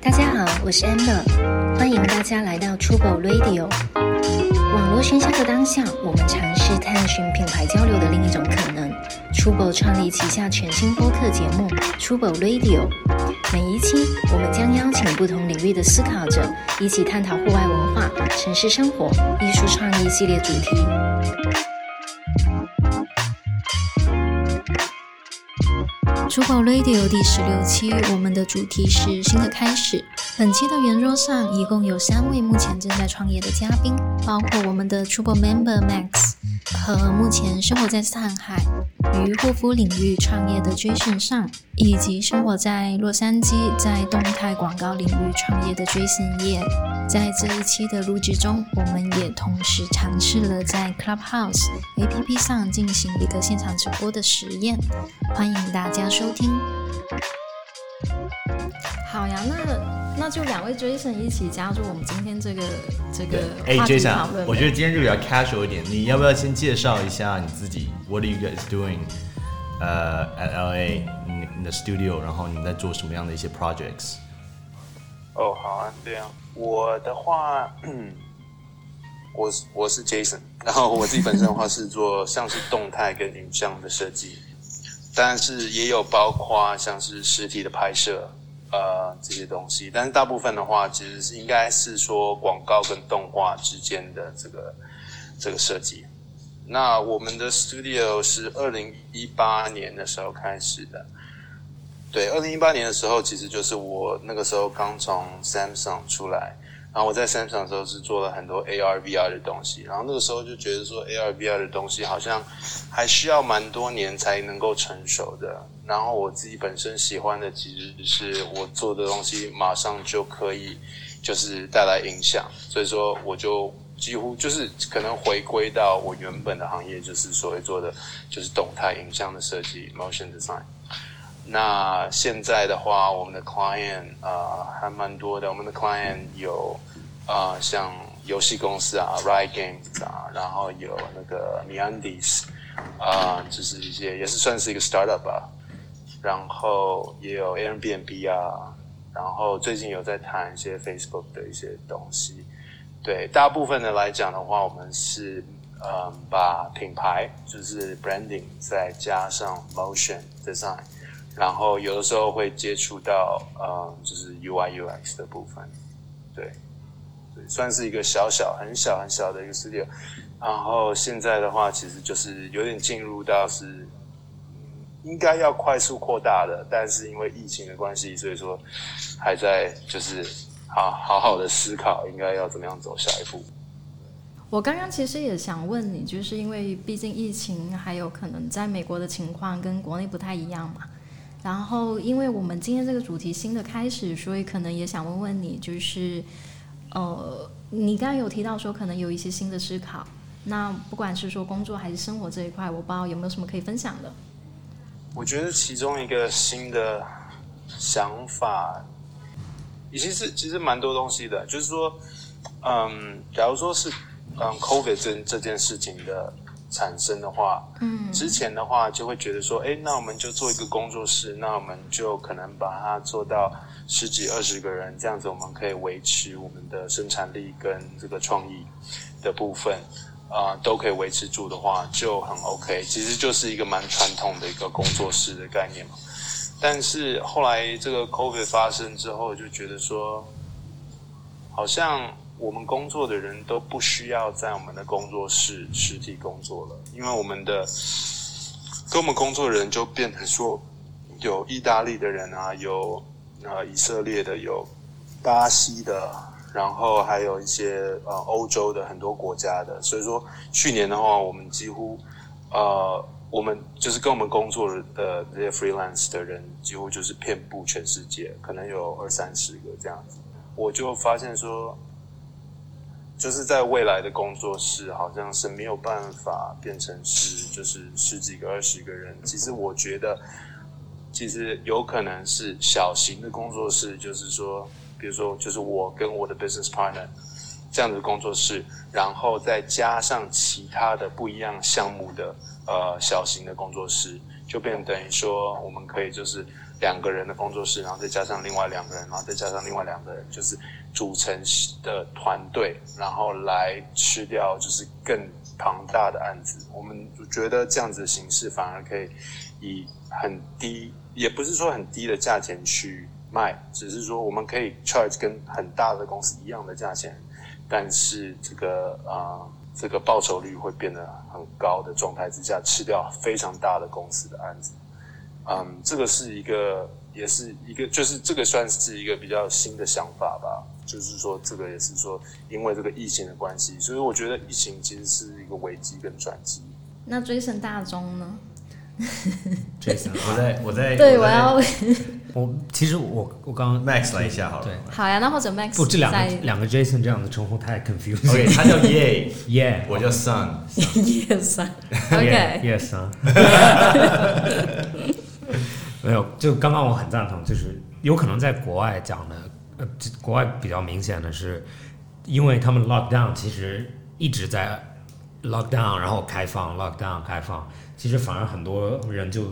大家好，我是 Amber，欢迎大家来到出狗 Radio。网络喧嚣的当下，我们尝试探寻品牌交流的另一种可能。出狗创立旗下全新播客节目出狗 Radio，每一期我们将邀请不同领域的思考者，一起探讨户外文化、城市生活、艺术创意系列主题。出口 Radio 第十六期，我们的主题是新的开始。本期的圆桌上一共有三位目前正在创业的嘉宾，包括我们的出口 Member Max 和目前生活在上海于护肤领域创业的 Jason 上，以及生活在洛杉矶在动态广告领域创业的 Jason 叶。在这一期的录制中，我们也同时尝试了在 Clubhouse APP 上进行一个现场直播的实验。欢迎大家收听。好呀，那那就两位 Jason 一起加入我们今天这个这对个，哎话题，Jason，讨论呗。我觉得今天就比较 casual 一点，你要不要先介绍一下你自己？What are you guys doing？呃、at LA，你你的 studio，然后你们在做什么样的一些 projects？哦，好啊，这样。我的话， 我是我是 Jason，然后我自己本身的话是做像是动态跟影像的设计，但是也有包括像是实体的拍摄，呃，这些东西。但是大部分的话，其实是应该是说广告跟动画之间的这个这个设计。那我们的 studio 是二零一八年的时候开始的，对，二零一八年的时候，其实就是我那个时候刚从 Samsung 出来，然后我在 Samsung 的时候是做了很多 AR、VR 的东西，然后那个时候就觉得说 AR、VR 的东西好像还需要蛮多年才能够成熟的。然后我自己本身喜欢的其实是我做的东西马上就可以就是带来影响，所以说我就几乎就是可能回归到我原本的行业，就是所谓做的就是动态影像的设计 （motion design）。那现在的话，我们的 client 呃还蛮多的，我们的 client 有呃像游戏公司啊，Riot Games 啊，然后有那个 Meandis 啊、就是一些也是算是一个 startup 吧、然后也有 Airbnb 啊，然后最近有在谈一些 Facebook 的一些东西。对，大部分的来讲的话，我们是嗯把品牌就是 branding 再加上 motion design，然后有的时候会接触到嗯就是 UI UX 的部分，对。对，算是一个小小、很小、很小的一个 studio。然后现在的话，其实就是有点进入到是嗯应该要快速扩大的，但是因为疫情的关系，所以说还在就是好好好的思考应该要怎么样走下一步。我刚刚其实也想问你，就是因为毕竟疫情，还有可能在美国的情况跟国内不太一样嘛。然后，因为我们今天这个主题新的开始，所以可能也想问问你，就是呃，你刚刚有提到说可能有一些新的思考，那不管是说工作还是生活这一块，我不知道有没有什么可以分享的。我觉得其中一个新的想法，也其实其实蛮多东西的，就是说，嗯，假如说是嗯，COVID 这这件事情的产生的话，嗯，之前的话就会觉得说，哎，那我们就做一个工作室，那我们就可能把它做到十几二十个人，这样子我们可以维持我们的生产力跟这个创意的部分。啊、都可以维持住的话，就很 OK。其实就是一个蛮传统的一个工作室的概念嘛。但是后来这个 COVID 发生之后，就觉得说，好像我们工作的人都不需要在我们的工作室实体工作了，因为我们的跟我们工作的人就变成说，有意大利的人啊，有呃以色列的，有巴西的，然后还有一些呃欧洲的很多国家的，所以说去年的话，我们几乎呃我们就是跟我们工作的这些 freelance 的人，几乎就是遍布全世界，可能有二三十个这样子。我就发现说，就是在未来的工作室，好像是没有办法变成是就是十几个、二十个人。其实我觉得，其实有可能是小型的工作室，就是说，比如说，就是我跟我的 business partner，这样的工作室，然后再加上其他的不一样项目的呃小型的工作室，就变等于说我们可以就是两个人的工作室，然后再加上另外两个人，然后再加上另外两个人，就是组成的团队，然后来吃掉就是更庞大的案子。我们觉得这样子的形式反而可以以很低，也不是说很低的价钱去。卖，只是说我们可以 charge 跟很大的公司一样的价钱，但是这个啊、呃，这个报酬率会变得很高的状态之下，吃掉非常大的公司的案子。嗯，这个是一个，也是一个，就是这个算是一个比较新的想法吧。就是说，这个也是说，因为这个疫情的关系，所以我觉得疫情其实是一个危机跟转机。那追神大中呢？ Jason，我在我在对，我我在要我其实我我刚 刚 Max 来一下好了。对，好呀。那或者 Max 不，这两在个两个 Jason 这样的称呼太 OK， confusing。他叫 Ye， Yeah，我叫 Sun。 yes 啊 OK Yes 啊。没有，就刚刚我很赞同，就是有可能在国外讲的，呃，这国外比较明显的是，因为他们 lockdown 其实一直在 lockdown，然后开放 lockdown 开放，其实反而很多人就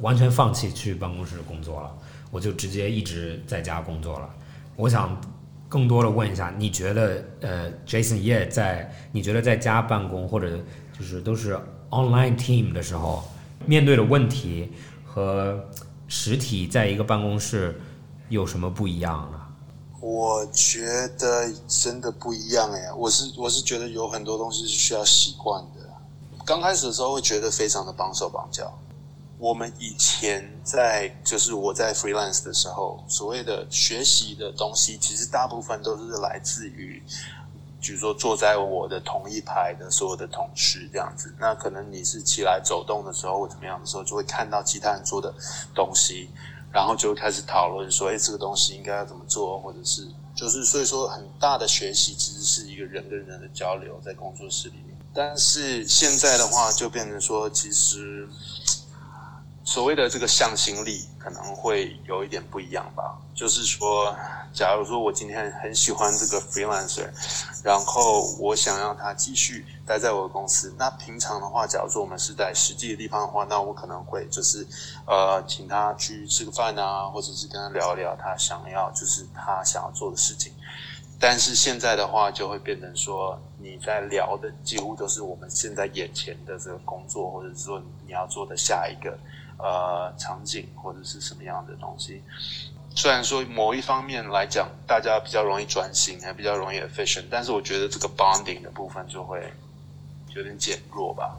完全放弃去办公室工作了，我就直接一直在家工作了。我想更多的问一下，你觉得呃，Jason Ye 在你觉得在家办公或者就是都是 online team 的时候，面对的问题和实体在一个办公室有什么不一样呢？我觉得真的不一样哎、我是我是觉得有很多东西是需要习惯的。啊刚开始的时候会觉得非常的绑手绑脚。我们以前在就是我在 freelance 的时候，所谓的学习的东西，其实大部分都是来自于，比如说坐在我的同一排的所有的同事这样子。那可能你是起来走动的时候或怎么样的时候，就会看到其他人做的东西，然后就开始讨论说，哎，这个东西应该要怎么做，或者是就是所以说很大的学习其实是一个人跟人的交流在工作室里面。但是现在的话，就变成说，其实所谓的这个向心力可能会有一点不一样吧。就是说，假如说我今天很喜欢这个 freelancer，然后我想让他继续待在我的公司，那平常的话，假如说我们是在实际的地方的话，那我可能会就是呃，请他去吃个饭啊，或者是跟他聊一聊他想要就是他想要做的事情。但是现在的话，就会变成说，你在聊的几乎都是我们现在眼前的这个工作，或者是说你要做的下一个呃场景，或者是什么样的东西。虽然说某一方面来讲，大家比较容易转型，还比较容易 efficient，但是我觉得这个 bonding 的部分就会有点减弱吧。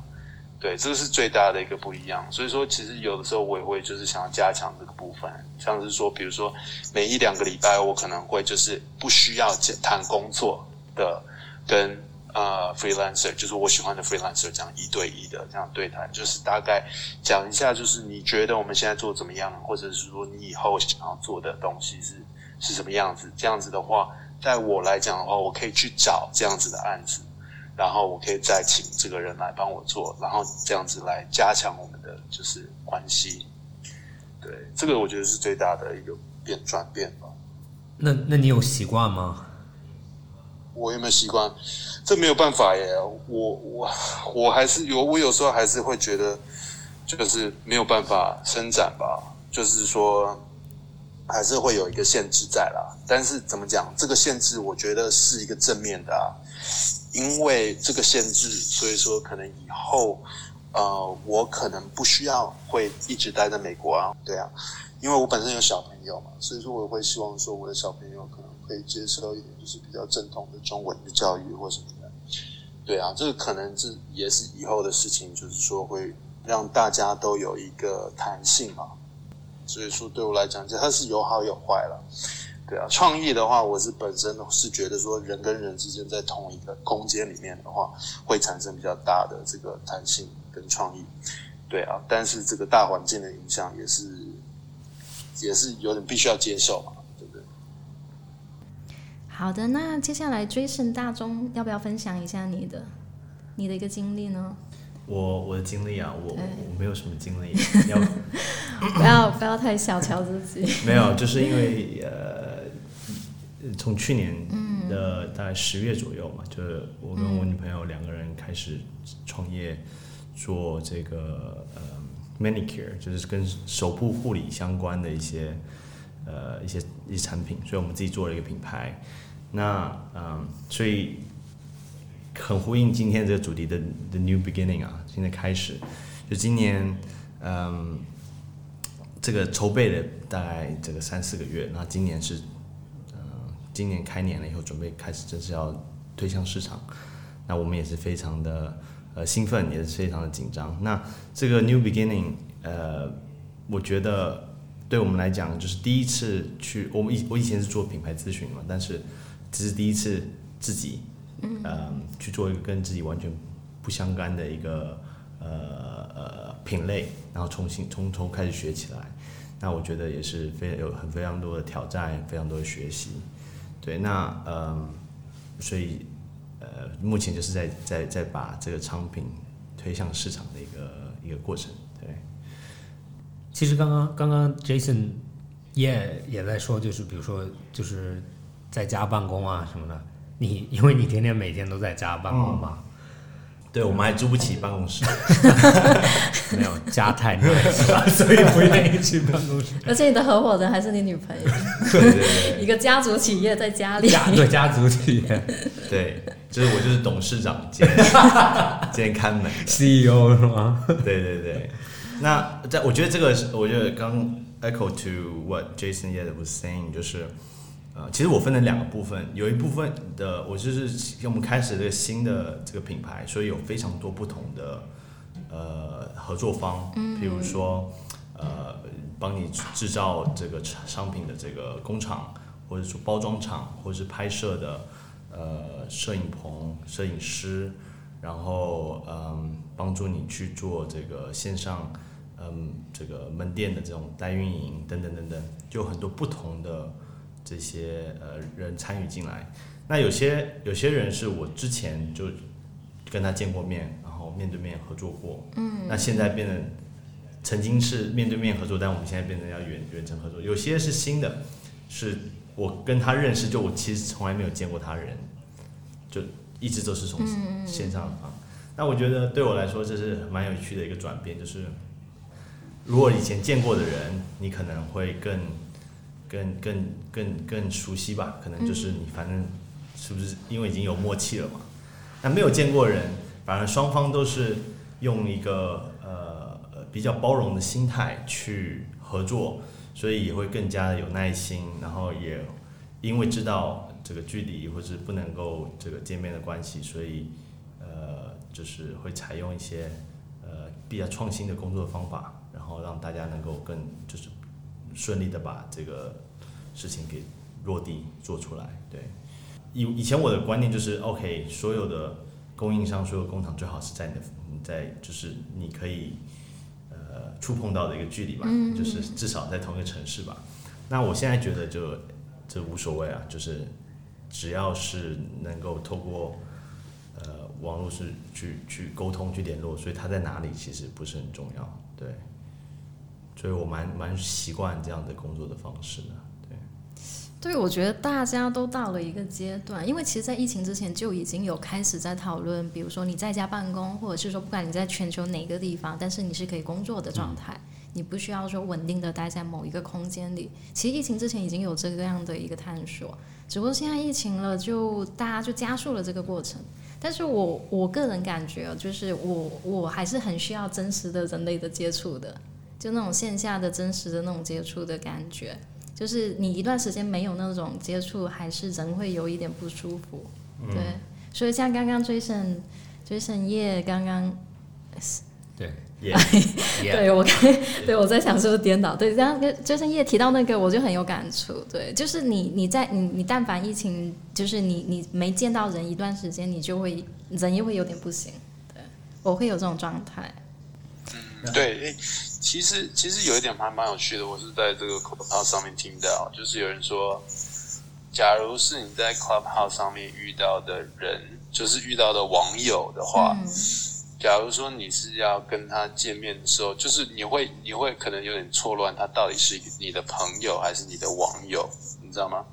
对，这是最大的一个不一样。所以说，其实有的时候我也会就是想要加强这个部分，像是说，比如说每一两个礼拜，我可能会就是不需要谈工作的跟呃 freelancer，就是我喜欢的 freelancer 这样一对一的这样对谈，就是大概讲一下，就是你觉得我们现在做怎么样，或者是说你以后想要做的东西是是什么样子。这样子的话，在我来讲的话，我可以去找这样子的案子。然后我可以再请这个人来帮我做，然后这样子来加强我们的就是关系。对，这个我觉得是最大的一个变转变吧。那那你有习惯吗？我有没有习惯？这没有办法耶。我我我还是有，我有时候还是会觉得，就是没有办法伸展吧。就是说，还是会有一个限制在啦。但是怎么讲，这个限制我觉得是一个正面的啊，因为这个限制，所以说可能以后，呃，我可能不需要会一直待在美国啊，对啊，因为我本身有小朋友嘛，所以说我会希望说我的小朋友可能可以接受一点就是比较正统的中文的教育或什么的，对啊，这个可能这也是以后的事情，就是说会让大家都有一个弹性嘛，所以说对我来讲，这它是有好有坏了。对啊，创意的话，我是本身是觉得说，人跟人之间在同一个空间里面的话，会产生比较大的这个弹性跟创意。对啊，但是这个大环境的影响也是，也是有点必须要接受嘛，对不对？好的，那接下来 Jason 大中要不要分享一下你的你的一个经历 呢？我我的经历啊，我对我没有什么经历，要不要不要太 小瞧自己。 没有，就是因为呃，从去年的大概十月左右嘛，就是我跟我女朋友两个人开始创业，做这个呃 manicure，就是跟手部护理相关的一些呃一些一些产品，所以我们自己做了一个品牌。那嗯、所以很呼应今天这个主题的 the new beginning 啊，新的开始。就今年嗯，这个筹备了大概这个三四个月，那今年是呃今年开年了以后，准备开始正式要推向市场，那我们也是非常的呃兴奋，也是非常的紧张。那这个 New Beginning，呃，我觉得对我们来讲就是第一次去，我们以我以前是做品牌咨询嘛，但是这是第一次自己，嗯、去做一个跟自己完全不相干的一个呃呃品类，然后重新从头开始学起来。那我觉得也是非有很非常多的挑战，非常多的学习。对，那嗯，所以呃，目前就是在在在把这个商品推向市场的一个一个过程。对，其实刚刚刚刚 Jason 也也在说，就是比如说就是在家办公啊什么的，你因为你天天每天都在家办公嘛，对我们还租不起办公室，没有家太热了， 所以不愿意去办公室。而且你的合伙人还是你女朋友，对对对 一个家族企业在家里。 家对家族企业对，就是我就是董事长兼 兼看门的 CEO E 是吗？ 对对对，那在我觉得这个是，我觉得刚 echo to what Jason Yet was saying，就是呃，其实我分了两个部分，有一部分的我就是我们开始这个新的这个品牌，所以有非常多不同的呃合作方，比如说呃帮你制造这个产商品的这个工厂，或者说包装厂，或者是拍摄的呃摄影棚、摄影师，然后嗯，帮助你去做这个线上，嗯，这个门店的这种代运营等等等等，就有很多不同的这些呃人参与进来。那有些有些人是我之前就跟他见过面，然后面对面合作过，嗯，那现在变成曾经是面对面合作，但我们现在变成要远远程合作。有些是新的，是我跟他认识，就我其实从来没有见过他人，就一直都是从线上访。那我觉得对我来说，这是蛮有趣的一个转变，就是如果以前见过的人，你可能会更、更、更、更、更熟悉吧，可能就是你反正是不是因为已经有默契了嘛？那没有见过人，反而双方都是用一个呃呃比较包容的心态去合作，所以也会更加有耐心，然后也因为知道这个距离或是不能够这个见面的关系，所以呃就是会采用一些呃比较创新的工作方法，然后让大家能够更就是顺利的把这个事情给落地做出来，对。以以前我的观念就是，OK，所有的供应商、所有工厂最好是在你的你在就是你可以呃触碰到的一个距离吧，就是至少在同一个城市吧。那我现在觉得就这无所谓啊，就是只要是能够透过呃网络是去去沟通、去联络，所以他在哪里其实不是很重要，对。所以我蛮蛮习惯这样的工作的方式的，对。对，我觉得大家都到了一个阶段，因为其实，在疫情之前就已经有开始在讨论，比如说你在家办公，或者是说不管你在全球哪个地方，但是你是可以工作的状态，你不需要说稳定的待在某一个空间里。其实疫情之前已经有这个样的一个探索，只不过现在疫情了就，大家就加速了这个过程。但是我我个人感觉，哦就是我我还是很需要真实的人类的接触的，就那种线下的真实的那种接触的感觉。就是你一段时间没有那种接触，还是人会有一点不舒服。嗯对，所以像刚刚 Jason Jason 叶刚刚， 对，也、对我刚对我在想是不是颠倒？对，刚刚 Jason 叶提到那个，我就很有感触。对，就是你你在你你但凡疫情，就是你你没见到人一段时间，你就会人又会有点不行。对，我会有这种状态。对，诶其实其实有一点还蛮有趣的，我是在这个 Clubhouse 上面听到，就是有人说，假如是你在 Clubhouse 上面遇到的人，就是遇到的网友的话，假如说你是要跟他见面的时候，就是你会你会可能有点错乱，他到底是你的朋友还是你的网友，你知道吗？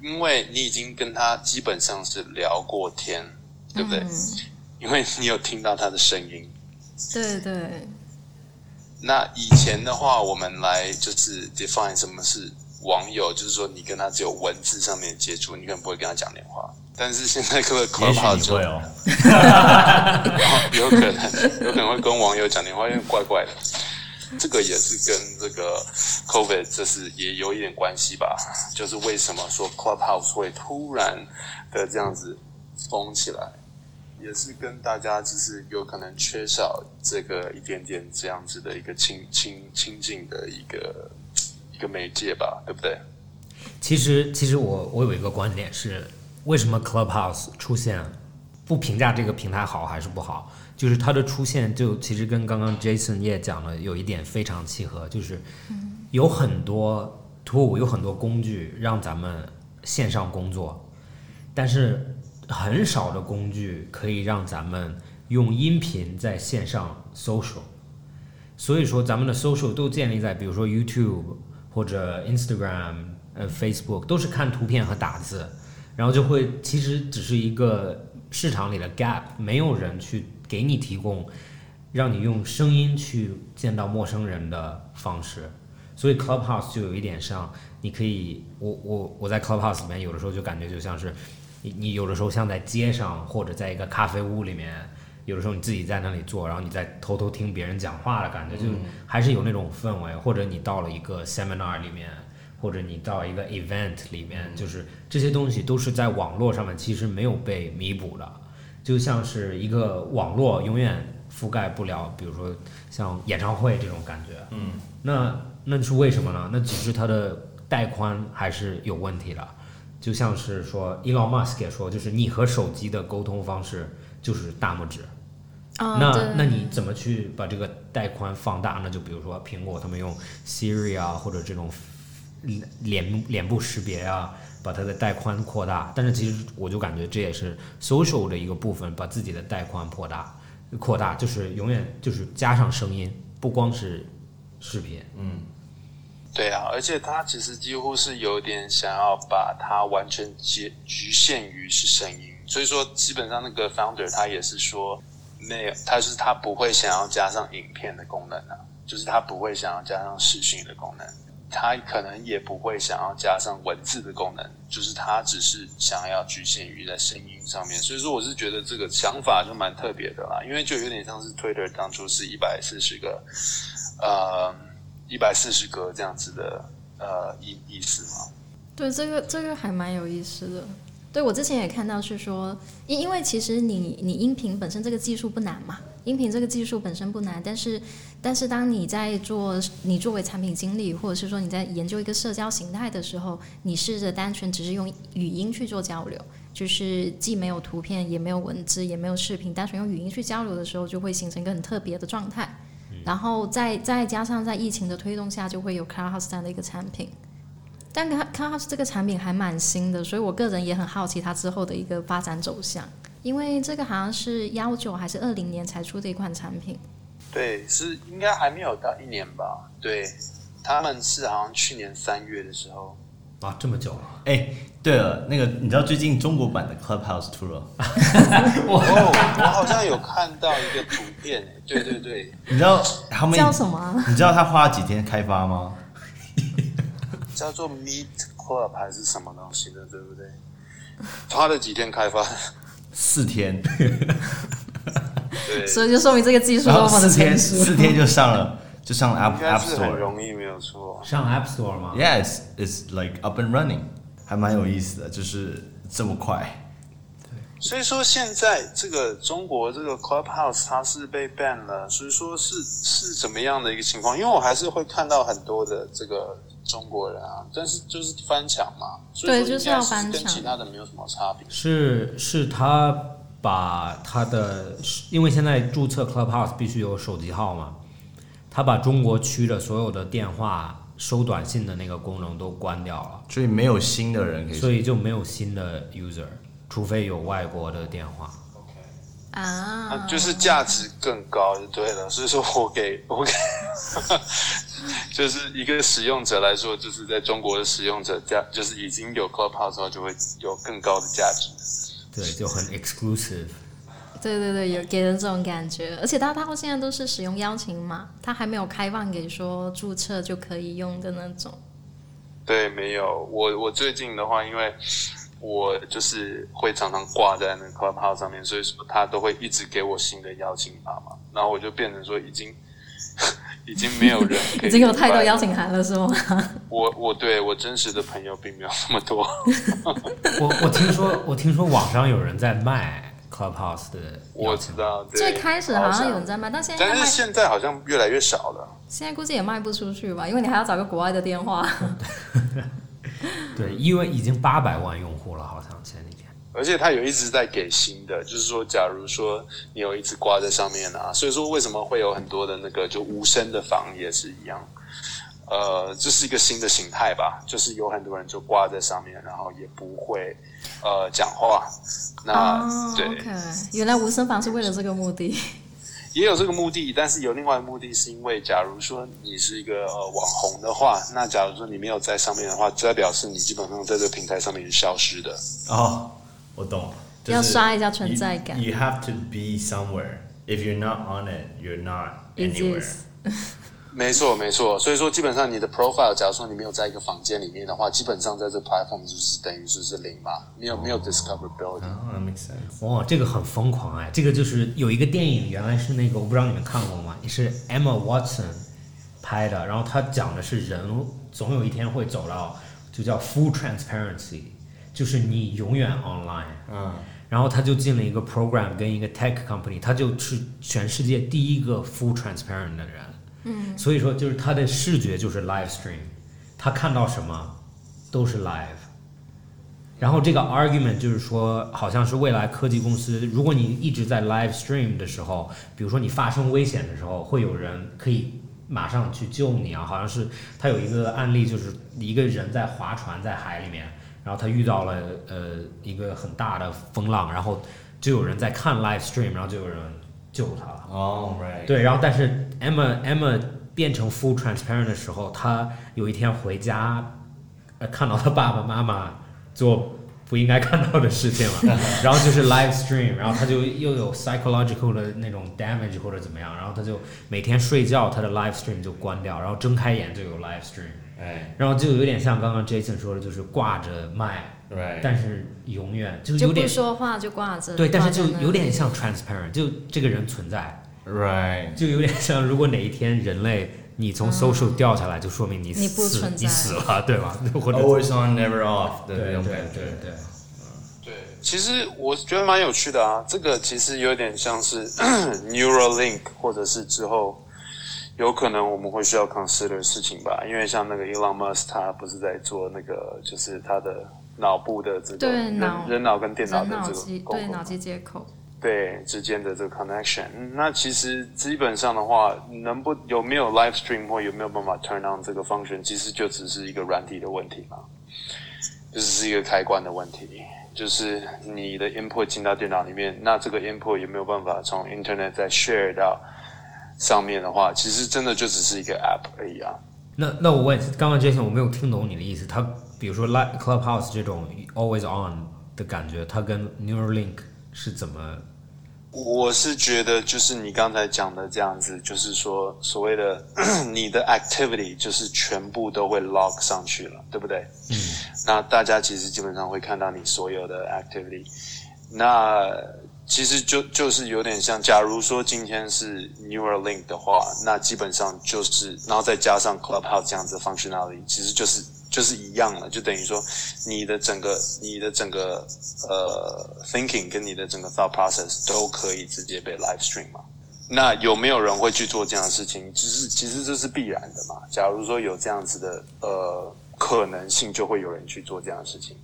因为你已经跟他基本上是聊过天，对不对？因为你有听到他的声音。对对，那以前的话，我们来就是 define 什么是网友，就是说你跟他只有文字上面的接触，你可能不会跟他讲电话。但是现在 Club 也许 Clubhouse 你就会哦。有可能有可能会跟网友讲电话，有点怪怪的。这个也是跟这个 COVID 这是也有一点关系吧，就是为什么说 Clubhouse 会突然的这样子封起来，也是跟大家就是有可能缺少这个一点点这样子的一个亲亲亲近的一个一个媒介吧，对不对？其实，其实我我有一个观点是，为什么 Clubhouse 出现，不评价这个平台好还是不好，就是它的出现就其实跟刚刚 Jason 也讲了有一点非常契合，就是有很多 tool 有很多工具让咱们线上工作，但是很少的工具可以让咱们用音频在线上 social。所以说，咱们的 social 都建立在比如说 YouTube 或者 Instagram、呃 Facebook，都是看图片和打字，然后就会其实只是一个市场里的 gap，没有人去给你提供让你用声音去见到陌生人的方式。所以 Clubhouse 就有一点像，你可以，我我我在 Clubhouse 里面有的时候就感觉就像是，你你有的时候像在街上或者在一个咖啡屋里面，有的时候你自己在那里坐，然后你在偷偷听别人讲话的感觉，就还是有那种氛围。或者你到了一个 seminar 里面，或者你到一个 event 里面，就是这些东西都是在网络上面其实没有被弥补的。就像是一个网络永远覆盖不了，比如说像演唱会这种感觉。嗯，那那是为什么呢？那只是它的带宽还是有问题的。就像是说，Elon Musk 也说，就是你和手机的沟通方式就是大拇指。啊、那对那你怎么去把这个带宽放大呢？就比如说苹果他们用 Siri 啊，或者这种嗯脸脸部识别啊，把它的带宽扩大。但是其实我就感觉这也是 social 的一个部分，把自己的带宽扩大，扩大就是永远就是加上声音，不光是视频。嗯对啊，而且他其实几乎是有点想要把它完全局局限于是声音，所以说基本上那个 founder 他也是说没有，他是他不会想要加上影片的功能啊，就是他不会想要加上视讯的功能，他可能也不会想要加上文字的功能，就是他只是想要局限于在声音上面，所以说我是觉得这个想法就蛮特别的啦，因为就有点像是 Twitter 当初是一百四十个，呃。一百四十格这样子的呃意意思嘛。对这个这个还蛮有意思的。对我之前也看到是说，因因为其实你你音频本身这个技术不难嘛，音频这个技术本身不难，但是但是当你在做你作为产品经理，或者是说你在研究一个社交形态的时候，你试着单纯只是用语音去做交流，就是既没有图片，也没有文字，也没有视频，单纯用语音去交流的时候，就会形成一个很特别的状态。然后再再加上在疫情的推动下，就会有 Clubhouse 这样的一个产品。但 Club- Clubhouse 这个产品还蛮新的，所以我个人也很好奇它之后的一个发展走向，因为这个好像是幺九还是二零年才出的一款产品。对，是应该还没有到一年吧？对，他们是好像去年三月的时候。啊，这么久了，哎，对了，那个你知道最近中国版的 Clubhouse 出了，哦，我好像有看到一个图片诶，对对对，你知道他们叫什么啊？你知道他花了几天开发吗？叫做 Meet Club 还是什么东西的，对不对？花了几天开发，四天，对，所以就 说明这个技术然多啊后么的四成天熟。四天就上了，就上了应 App 该 App 是很 Store。容易，没有错。上 App Store 吗 Yeah, it's it's like up and running，还蛮有意思的，就是这么快。所以说现在这个中国这个 Clubhouse 它是被 ban 了，所以说是是怎么样的一个情况？因为我还是会看到很多的这个中国人啊，但是就是翻墙嘛，所以对说就是应该要翻跟墙嗯其他的没有什么差别。是是他把他的，因为现在注册 Clubhouse 必须有手机号嘛，他把中国区的所有的电话收短信的那个功能都关掉了，所以没有新的人可以。所以就没有新的 user，除非有外国的电话。 啊，就是价值更高就对了。所以说我给我给， 就是一个使用者来说，就是在中国的使用者价，就是已经有 Clubhouse 之后，就会有更高的价值。对，就很 exclusive。对对对，有给人这种感觉，而且它到现在都是使用邀请码，它还没有开放给说注册就可以用的那种。对，没有我我最近的话，因为我就是会常常挂在那个 Clubhouse 上面，所以说他都会一直给我新的邀请码嘛，然后我就变成说已经已经没有 人可以已经有太多拜邀请函了，是吗？ 我我对我真实的朋友并没有那么 多，我我听说，我听说网上有人在卖 Clubhouse 的邀我知请码，道。对最开始好像有人，在卖，但现在应但该哦卖是现在好像越来越少了。现在估计也卖不出去吧，因为你还要找个国外的电话。对，因为已经八百万用户了，好像前几天。而且他有一直在给新的，就是说，假如说你有一直挂在上面啊，所以说为什么会有很多的那个就无声的房也是一样，呃，这是一个新的形态吧，就是有很多人就挂在上面，然后也不会呃讲话，那、哦啊对。 ，OK，原来无声房是为了这个目的。也有这个目的，但是有另外的目的，是因为假如说你是一个呃网红的话，那假如说你没有在上面的话，这表示你基本上在这个平台上面是消失的。哦，我懂。就是要刷一下存在感 You, you have to be somewhere. If you're not on it, you're not anywhere. Exist 没错，没错。所以说，基本上你的 profile，假如说你没有在一个房间里面的话，基本上在这 platform 就是等于就是零嘛，没有没有 discoverability。 Oh, that makes sense. 哇、这个很疯狂哎！这个就是有一个电影，原来是那个我不知道你们看过吗？是 Emma Watson 拍的，然后它讲的是人总有一天会走到，就叫 full transparency，就是你永远 online。嗯，然后他就进了一个 program 跟一个 tech company，他就是全世界第一个 full transparent 的人。嗯，所以说就是他的视觉就是 live stream，他看到什么都是 live。然后这个 argument 就是说，好像是未来科技公司，如果你一直在 live stream 的时候，比如说你发生危险的时候，会有人可以马上去救你啊。好像是他有一个案例，就是一个人在划船在海里面，然后他遇到了呃一个很大的风浪，然后就有人在看 live stream，然后就有人救他了。哦，right，对，然后但是 Emma Emma 变成 full transparent 的时候，她有一天回家，呃，看到她爸爸妈妈做不应该看到的事情了，然后就是 live stream，然后她就又有 psychological 的那种 damage 或者怎么样，然后她就每天睡觉，她的 live stream 就关掉，然后睁开眼就有 live stream，哎然后就有点像刚刚 Jason 说的，就是挂着麦， ，right，但是永远就就有不点说话就挂着。对，但是挂在就那有点像 transparent，就这个人存在。 right，就有点像，如果哪一天人类你从 social 掉下来，就说明你嗯死你不存在你死了，对吧？或者 always on, never off 的那对对种哦对感觉。 对，对，其实我觉得蛮有趣的啊。这个其实有点像是 Neuralink，或者是之后有可能我们会需要 consider 的事情吧。因为像那个 Elon Musk，他不是在做那个，就是他的脑部的这个对人脑人脑跟电脑人的脑这机个对功脑能。机接口。对之间的这个 connection。嗯那其实基本上的话，能不有没有 live stream 或有没有办法 turn on 这个 function，其实就只是一个软体的问题嘛，就只是一个开关的问题。就是你的 input 进到电脑里面，那这个 input 有没有办法从 internet 再 share 到上面的话，其实真的就只是一个 app 而已啊。那那我问，刚刚 Jason 我没有听懂你的意思，他比如说 Li- Clubhouse 这种 always on 的感觉，它跟 Neuralink 是怎么？我是觉得就是你刚才讲的这样子，就是说所谓的 你的 activity 就是全部都会 log 上去了，对不对？嗯。那大家其实基本上会看到你所有的 activity。那其实就就是有点像，假如说今天是 Neuralink 的话，那基本上就是，然后再加上 Clubhouse 这样子的 functionality，其实就是就是一样了，就等于说你的整个你的整个呃 thinking 跟你的整个 thought process 都可以直接被 live stream 嘛。那有没有人会去做这样的事情？其实其实这是必然的嘛。假如说有这样子的呃可能性，就会有人去做这样的事情。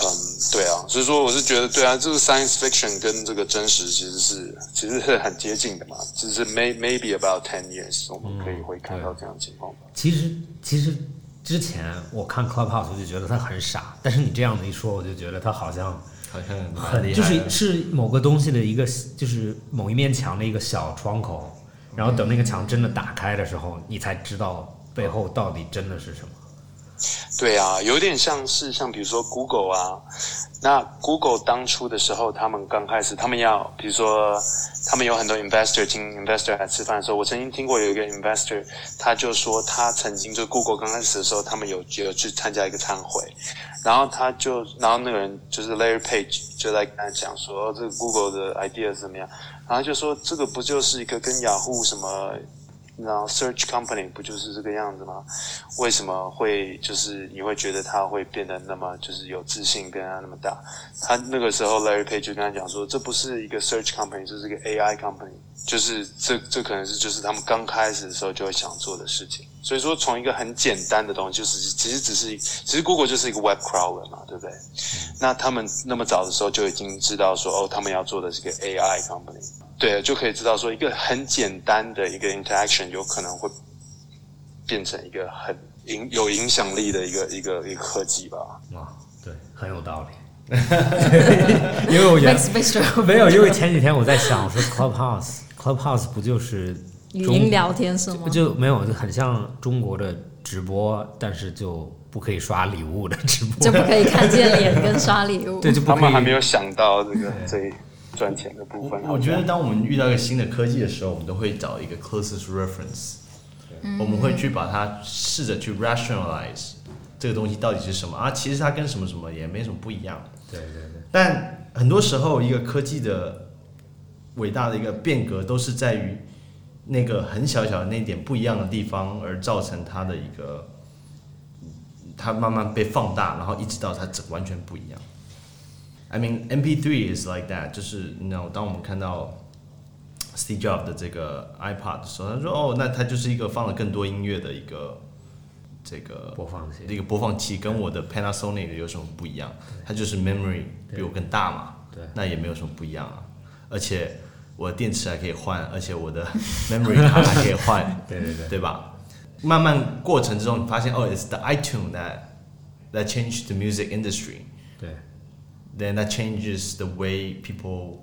嗯，对啊，所以说我是觉得，对啊，这个 science fiction 跟这个真实其实是其实是很接近的嘛，只是 may maybe about ten years，我们可以会看到这样的情况吧。其实其实之前我看 Clubhouse 我就觉得它很傻，但是你这样子一说，我就觉得它好像好像蛮很厉害的， 就是是某个东西的一个，就是某一面墙的一个小窗口，然后等那个墙真的打开的时候，你才知道背后到底真的是什么。对啊，有点像是像比如说 Google 啊，那 Google 当初的时候，他们刚开始，他们要比如说，他们有很多 investor 请 investor 来吃饭的时候，我曾经听过有一个 investor，他就说他曾经就 Google 刚开始的时候，他们有有去参加一个餐会，然后他就，然后那个人就是 Larry Page 就来跟他讲说，哦这个 Google 的 idea 是怎么样，然后就说这个不就是一个跟雅虎什么，然后 search company 不就是这个样子吗？为什么会就是你会觉得他会变得那么就是有自信跟他那么大？他那个时候 Larry Page 就跟他讲说，这不是一个 search company，这是一个 AI company，就是这这可能是就是他们刚开始的时候就会想做的事情。所以说，从一个很简单的东西，就是其实只是其实 Google 就是一个 web crawler 嘛，对不对？那他们那么早的时候就已经知道说，哦，他们要做的是个 AI company，对，就可以知道说一个很简单的一个 interaction 有可能会变成一个很影有影响力的一个一个一个科技吧。哇，嗯对，啊很有 道理。因为我原 Makes visual 没有，因为前几天我在想，我说 Clubhouse，Clubhouse 不就是语中音聊天是吗？就没有就很像中国的直播，但是就不可以刷礼物的直就播，不可以看见脸跟刷礼物。对，就不他可们还以没有想到这个最赚钱的部分。我我觉得，当我们遇到一个新的科技的时候，我们都会找一个 closest reference，我们会去把它试着去 rationalize 这个东西到底是什么啊？其实它跟什么什么也没什么不一样。对对对，但很多时候，一个科技的伟大的一个变革，都是在于那个很小小的那点不一样的地方，而造成它的一个，它慢慢被放大，然后一直到它整完全不一样。I mean, MP3 is like that，就是你知道，当我们看到 Steve Jobs 的这个 iPod 的时候，他说：“哦，那它就是一个放了更多音乐的一个这个播放器这个播放器跟我的 Panasonic 有什么不一样？它就是 memory 比我更大嘛，对那也没有什么不一样啊。而且我的电池还可以换，而且我的 memory 卡还可以换，对对对对吧？慢慢过程之中，你发现哦，it's the iTunes that that changed the music industry。对 then that changes the way people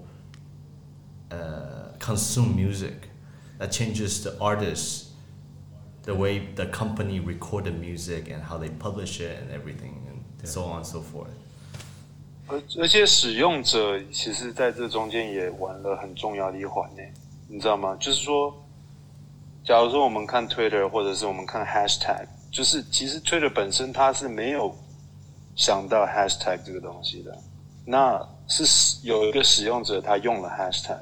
uh, consume music. That changes the artists, the way the company record the music and how they publish it and everything and so on and so forth. 而而且使用者其实在这中间也玩了很重要的一环呢，你知道吗？就是说，假如说我们看 Twitter 或者是我们看 Hashtag，就是其实 Twitter 本身它是没有想到 Hashtag 这个东西的，那是使有一个使用者他用了 Hashtag，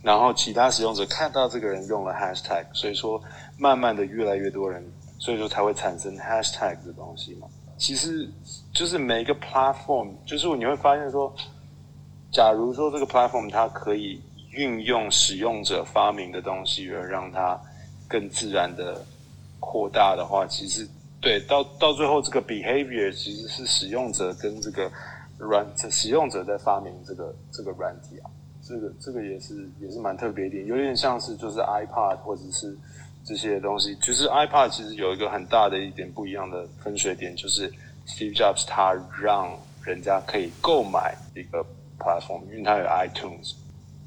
然后其他使用者看到这个人用了 Hashtag，所以说慢慢的越来越多人，所以说才会产生 Hashtag 这东西嘛。其实就是每一个 platform，就是你会发现说，假如说这个 platform 它可以运用使用者发明的东西，而让它更自然的扩大的话，其实对到到最后这个 behavior 其实是使用者跟这个软这使用者在发明这个这个软体啊，这个这个也是也是蛮特别一点，有点像是就是 iPad 或者是这些东西。其实 iPad 其实有一个很大的一点不一样的分水点，就是 Steve Jobs 他让人家可以购买一个 platform，因为他有 iTunes，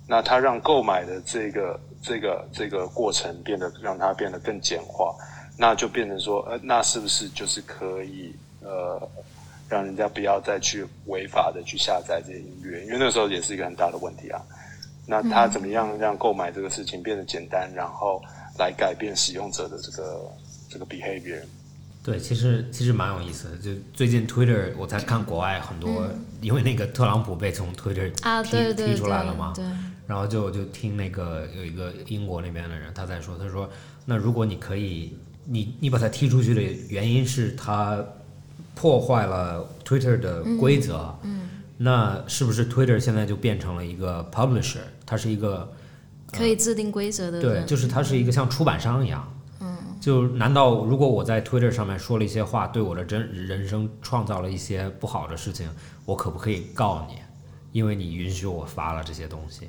那他让购买的这个这个这个过程变得让它变得更简化，那就变成说，呃，那是不是就是可以呃，让人家不要再去违法的去下载这些音乐？因为那时候也是一个很大的问题啊。那嗯他怎么样让购买这个事情变得简单，然后来改变使用者的这个这个 behavior？对，其实其实蛮有意思的。就最近 Twitter 我才看国外很多， 因为那个特朗普被从 Twitter 踢、嗯啊，对对踢对出来了嘛，嗯对，然后就我就听那个有一个英国那边的人他在说，他说那如果你可以，你你把他踢出去的原因是他破坏了 Twitter 的规则，嗯，那是不是 Twitter 现在就变成了一个 publisher？它是一个可以制定规则的对，人，就是它是一个像出版商一样。嗯，就难道如果我在 Twitter 上面说了一些话，对我的真人生创造了一些不好的事情，我可不可以告你？因为你允许我发了这些东西。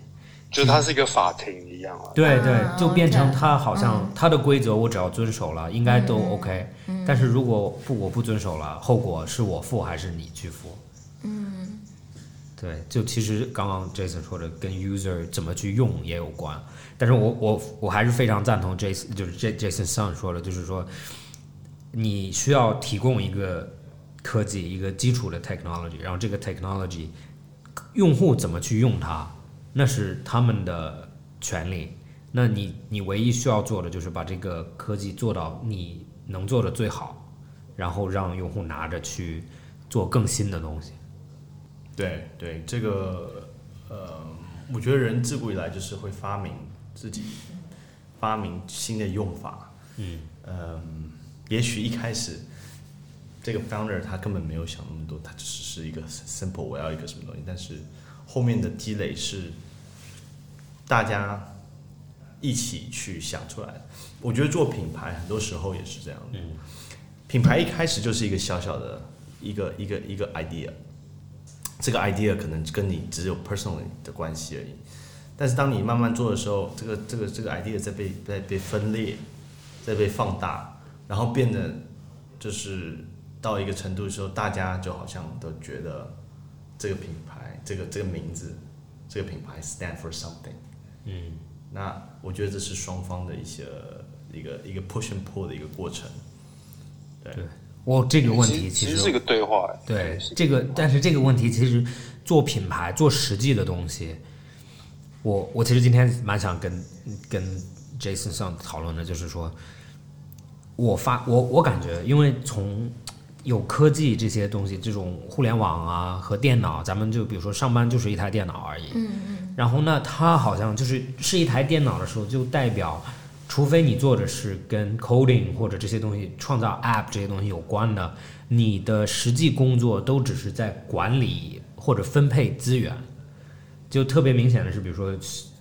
就是它是一个法庭一样啊。对对啊，就变成 OK 他好像他的规则我只要遵守了，应该都 OK。但是如果不我不遵守了，后果是我付还是你去付？对，就其实刚刚 Jason 说的，跟 user 怎么去用也有关。但是我我我还是非常赞同 Jason，就是 J Jason Sun 说的，就是说你需要提供一个科技，一个基础的 technology，然后这个 technology 用户怎么去用它，那是他们的权利。那你你唯一需要做的就是把这个科技做到你能做的最好，然后让用户拿着去做更新的东西。对对，这个呃，我觉得人自古以来就是会发明自己发明新的用法。嗯嗯，也许一开始这个 founder 他根本没有想那么多，他只是一个 simple 我要一个什么东西，但是后面的积累是大家一起去想出来的。我觉得做品牌很多时候也是这样的，品牌一开始就是一个小小的一个一个一个 idea，这个 idea 可能跟你只有 personally 的关系而已。但是当你慢慢做的时候，这个这个这个 idea 在被在被分裂，在被放大，然后变得就是到一个程度的时候，大家就好像都觉得这个品牌、这个这个名字、这个品牌 stand for something。嗯，那我觉得这是双方的一些一个一个 push and pull 的一个过程。对对我这个问题其实实是一个对话。对是一这个，但是这个问题其实做品牌、做实际的东西，我我其实今天蛮想跟跟 Jason 上讨论的，就是说，我发我我感觉，因为从有科技这些东西，这种互联网啊和电脑，咱们就比如说上班就是一台电脑而已，嗯嗯，然后呢，它好像就是是一台电脑的时候，就代表。除非你做的是跟 coding 或者这些东西、创造 app 这些东西有关的，你的实际工作都只是在管理或者分配资源。就特别明显的是，比如说，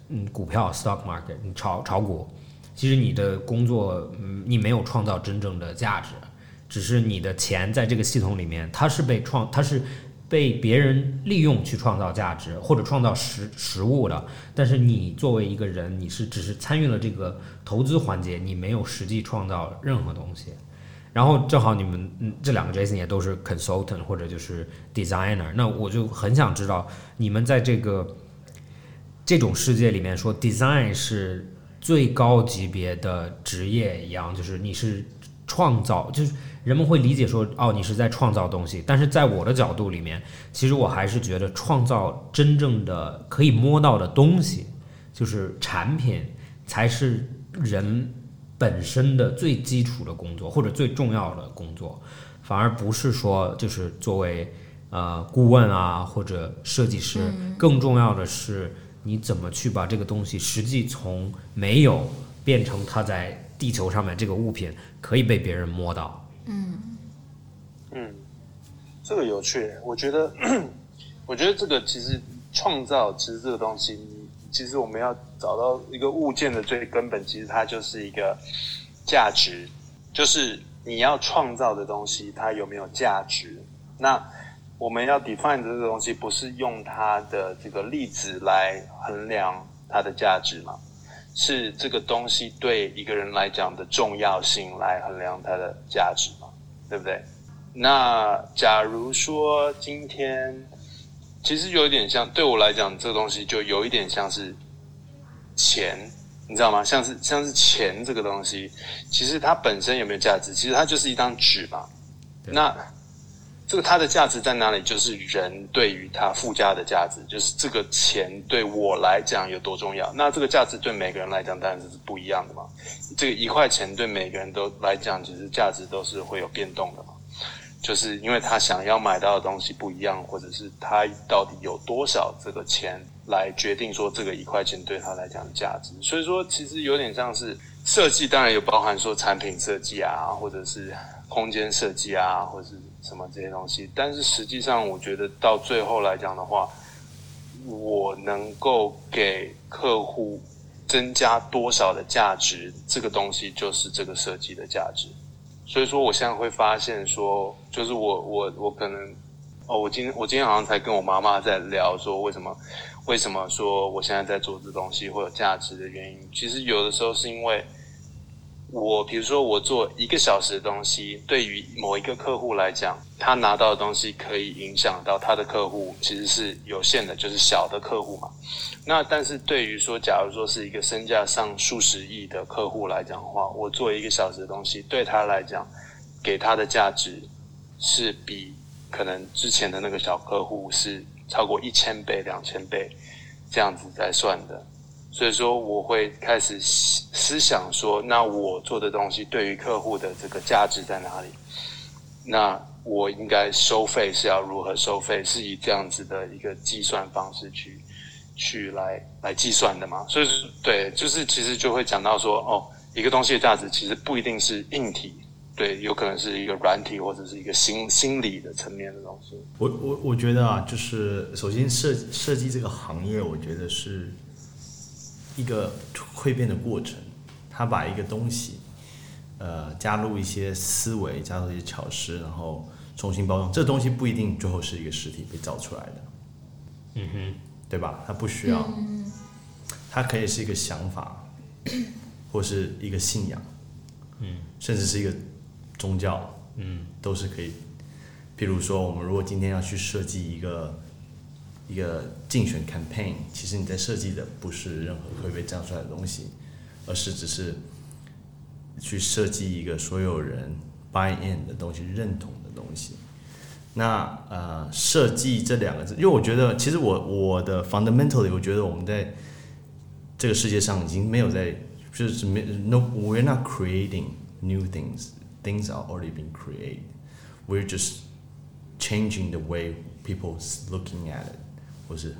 嗯，股票 stock market，你炒炒股，其实你的工作，嗯，你没有创造真正的价值，只是你的钱在这个系统里面，它是被创，它是被别人利用去创造价值或者创造实实物的。但是你作为一个人，你是只是参与了这个投资环节，你没有实际创造任何东西。然后正好你们嗯这两个 Jason 也都是 consultant 或者就是 designer，那我就很想知道你们在这个这种世界里面说 design 是最高级别的职业一样，就是你是创造，就是人们会理解说哦你是在创造东西，但是在我的角度里面，其实我还是觉得创造真正的可以摸到的东西，就是产品才是人本身的最基础的工作或者最重要的工作，反而不是说就是作为呃顾问啊或者设计师，更重要的是你怎么去把这个东西实际从没有变成它在地球上面这个物品可以被别人摸到。嗯，这个有趣，欸我觉得，我觉得这个其实创造，其实这个东西，你其实我们要找到一个物件的最根本，其实它就是一个价值，就是你要创造的东西，它有没有价值？那我们要 define 这个东西，不是用它的这个例子来衡量它的价值嘛？是这个东西对一个人来讲的重要性来衡量它的价值嘛？对不对？那假如说今天，其实有一点像，对我来讲，这个东西就有一点像是钱，你知道吗？像是像是钱这个东西，其实它本身有没有价值？其实它就是一张纸嘛。那这个它的价值在哪里？就是人对于它附加的价值，就是这个钱对我来讲有多重要。那这个价值对每个人来讲当然是不一样的嘛。这个一块钱对每个人都来讲，其实价值都是会有变动的嘛。就是因为他想要买到的东西不一样，或者是他到底有多少这个钱来决定说这个一块钱对他来讲的价值。所以说，其实有点像是设计，当然有包含说产品设计啊，或者是空间设计啊，或者是什么这些东西。但是实际上，我觉得到最后来讲的话，我能够给客户增加多少的价值，这个东西就是这个设计的价值。所以说我现在会发现说，就是我我我可能，哦，我今天我今天好像才跟我妈妈在聊说，为什么为什么说我现在在做这东西会有价值的原因，其实有的时候是因为我比如说我做一个小时的东西，对于某一个客户来讲，他拿到的东西可以影响到他的客户，其实是有限的，就是小的客户嘛。那但是对于说，假如说是一个身价上数十亿的客户来讲的话，我做一个小时的东西，对他来讲，给他的价值是比可能之前的那个小客户是超过一千倍、两千倍这样子在算的。所以说，我会开始思思想说，那我做的东西对于客户的这个价值在哪里？那我应该收费是要如何收费？是以这样子的一个计算方式去去来来计算的嘛？所以说对，就是其实就会讲到说，哦，一个东西的价值其实不一定是硬体，对，有可能是一个软体或者是一个心心理的层面的东西。我我我觉得啊，就是首先设设计这个行业，我觉得是一个蜕变的过程。他把一个东西，呃，加入一些思维，加入一些巧思，然后重新包装。这东西不一定最后是一个实体被造出来的，嗯哼，对吧？它不需要，它可以是一个想法，或是一个信仰，嗯，甚至是一个宗教，嗯，都是可以。譬如说，我们如果今天要去设计一个一个竞选 campaign，其实你在设计的不是任何会被造出来的东西，而是只是去设计一个所有人 buy in 的东西、认同的东西。那呃，设计这两个字，因为我觉得，其实我我的 fundamentally，我觉得我们在这个世界上已经没有在，就是没 no，we're not creating new things. Things are already been created. We're just changing the way people's looking at it，或是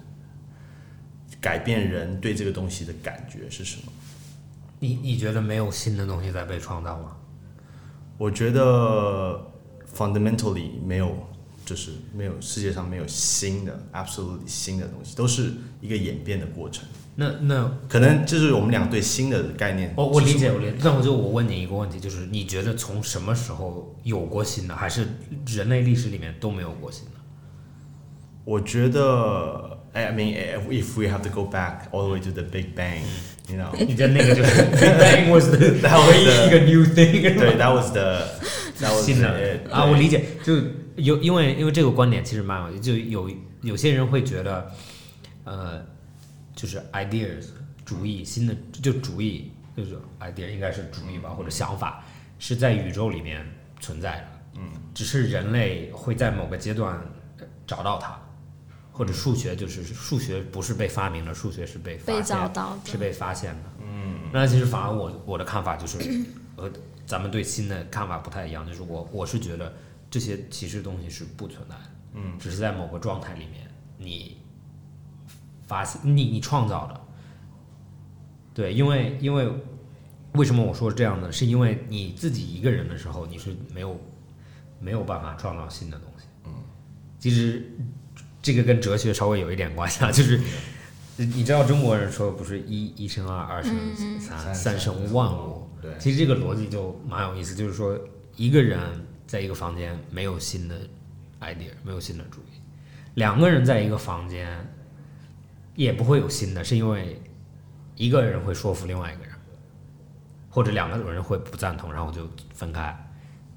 改变人对这个东西的感觉是什么。你你觉得没有新的东西在被创造吗？我觉得 fundamentally 没有，就是没有世界上没有新的 absolutely 新的东西，都是一个演变的过程。那那可能就是我们俩对新的概念，我我理解我理解，那我就我问你一个问题，就是你觉得从什么时候有过新的，还是人类历史里面都没有过新的？我觉得，I mean if we have to go back all the way to the Big Bang，you know，你的那个就是 Big Bang was the That was 唯一一个 new thing， 对，that was the that was 新 the, 的啊，我理解，就有因为因为这个观点其实蛮有，就有有些人会觉得，呃，就是 ideas 主意，新的就主意就是 idea 应该是主意吧，或者想法是在宇宙里面存在的，嗯，只是人类会在某个阶段呃找到它，或者数学就是数学不是被发明的，数学是被发被现找到的是被发现的，嗯，那其实反而我我的看法就是，呃，咱们对新的看法不太一样，就是我我是觉得这些其实东西是不存在的，嗯，只是在某个状态里面你发现你你创造的，对，因为因为为什么我说这样呢？是因为你自己一个人的时候你是没有没有办法创造新的东西，嗯，其实这个跟哲学稍微有一点关系啊， 就是。你知道中国人说不是一一生二，二生三，三生万物，对其实这个逻辑就蛮有意思，就是说一个人在一个房间没有新的 idea，没有新的主意；两个人在一个房间也不会有新的，是因为一个人会说服另外一个人，或者两个人会不赞同，然后就分开。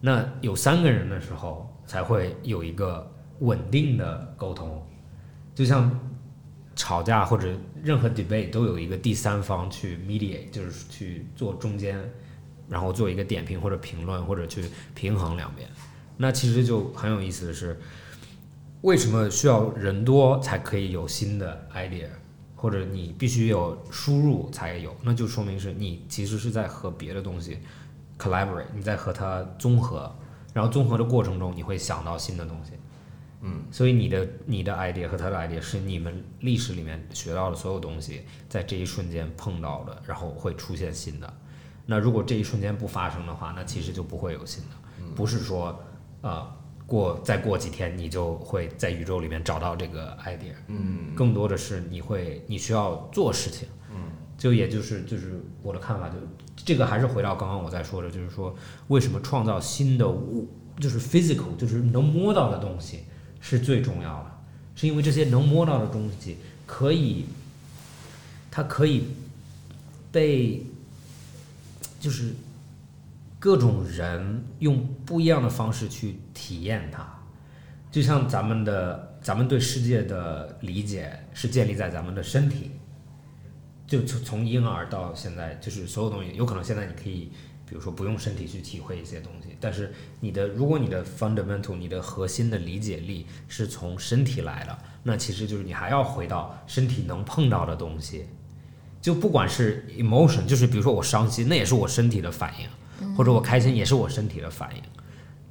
那有三个人的时候，才会有一个稳定的沟通，就像吵架或者任何 debate 都有一个第三方去 mediate，就是去做中间，然后做一个点评或者评论，或者去平衡两边。那其实就很有意思的是，为什么需要人多才可以有新的 idea，或者你必须有输入才有？那就说明是你其实是在和别的东西 collaborate，你在和它综合，然后综合的过程中你会想到新的东西。所以你的你的 idea 和他的 idea 是你们历史里面学到的所有东西，在这一瞬间碰到的，然后会出现新的。那如果这一瞬间不发生的话，那其实就不会有新的。不是说，呃，过再过几天你就会在宇宙里面找到这个 idea。嗯，更多的是你会你需要做事情。嗯，就也就是就是我的看法就，这个还是回到刚刚我在说的，就是说为什么创造新的物，就是 physical，就是能摸到的东西，是最重要的，是因为这些能摸到的东西可以，它可以被，就是各种人用不一样的方式去体验它。就像咱们的，咱们对世界的理解是建立在咱们的身体，就从从婴儿到现在，就是所有东西，有可能现在你可以，比如说不用身体去体会一些东西，但是你的如果你的 fundamental，你的核心的理解力是从身体来的，那其实就是你还要回到身体能碰到的东西，就不管是 emotion，就是比如说我伤心，那也是我身体的反应，或者我开心也是我身体的反应。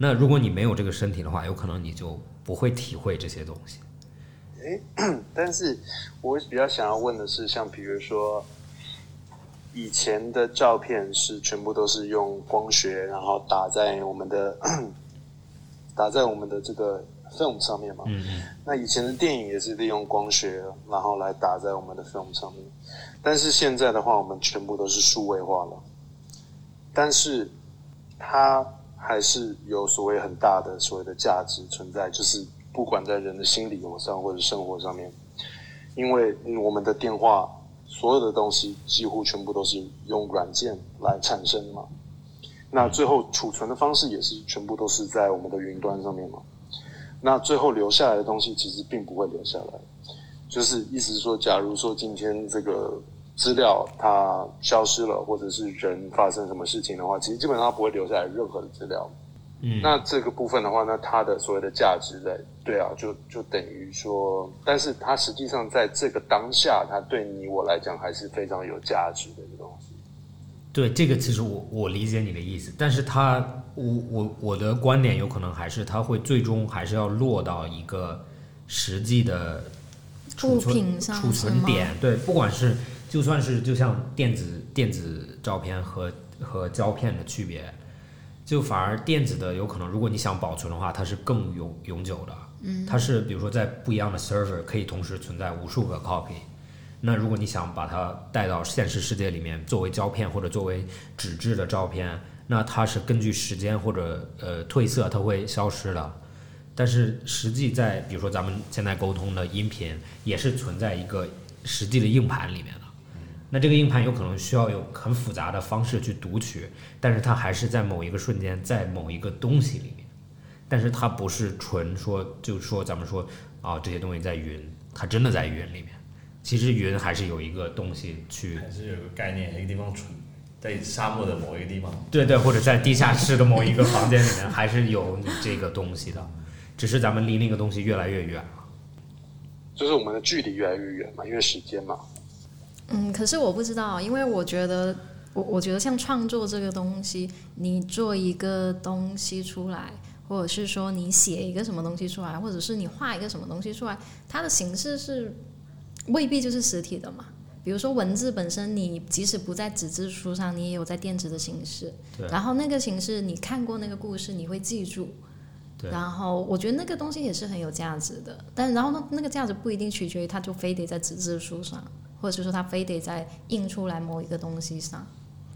那如果你没有这个身体的话，有可能你就不会体会这些东西。但是我比较想要问的是，像比如说以前的照片是全部都是用光学，然后打在我们的 打在我们的这个 film 上面嘛。嗯那以前的电影也是利用光学，然后来打在我们的 film 上面。但是现在的话，我们全部都是数位化了，但是它还是有所谓很大的所谓的价值存在，就是不管在人的心理上或者生活上面，因为我们的电话所有的东西几乎全部都是用软件来产生嘛，那最后储存的方式也是全部都是在我们的云端上面嘛。那最后留下来的东西其实并不会留下来。就是意思是说，假如说今天这个资料它消失了，或者是人发生什么事情的话，其实基本上它不会留下来任何的资料。嗯那这个部分的话呢，它的所谓的价值在，对啊，就就等于说，但是它实际上在这个当下，它对你我来讲还是非常有价值的一个东西。对，这个其实我我理解你的意思，但是它，我我我的观点有可能还是它会最终还是要落到一个实际的储物存品上储是存吗点，对，不管是就算是就像电子电子照片和和胶片的区别，就反而电子的有可能，如果你想保存的话，它是更永永久的，嗯，它是比如说在不一样的 server 可以同时存在无数个 copy，那如果你想把它带到现实世界里面，作为胶片或者作为纸质的照片，那它是根据时间或者呃褪色，它会消失的。但是实际在比如说咱们现在沟通的音频，也是存在一个实际的硬盘里面的。那这个硬盘有可能需要有很复杂的方式去读取，但是它还是在某一个瞬间，在某一个东西里面。但是它不是纯说，就说咱们说啊、这些东西在云，它真的在云里面。其实云还是有一个东西去，还是有个概念，一个地方存在沙漠的某一个地方。对对，或者在地下室的某一个房间里面，还是有你这个东西的，只是咱们离那个东西越来越远了。就是我们的距离越来越远嘛，因为时间嘛。嗯，可是我不知道，因为我觉得，我我觉得像创作这个东西，你做一个东西出来，或者是说你写一个什么东西出来，或者是你画一个什么东西出来，它的形式是未必就是实体的嘛。比如说文字本身，你即使不在纸质书上，你也有在电子的形式。对然后那个形式，你看过那个故事，你会记住。对然后我觉得那个东西也是很有价值的，但然后那那个价值不一定取决于它就非得在纸质书上。或者是说它非得在印出来某一个东西上，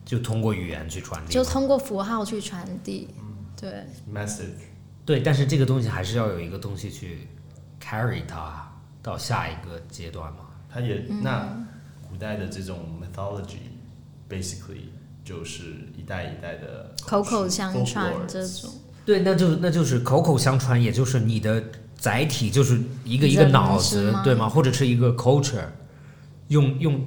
就通过语言去传递就嘛。通过符号去传递。嗯对， message 对，但是这个东西还是要有一个东西去 carry 它到下一个阶段嘛。它也、那古代的这种 mythology basically 就是一代一代的口口相传 folklore 这种，对，那就那就是口口相传，也就是你的载体就是一个一个人脑是子，吗对吗？或者是一个 culture，用用。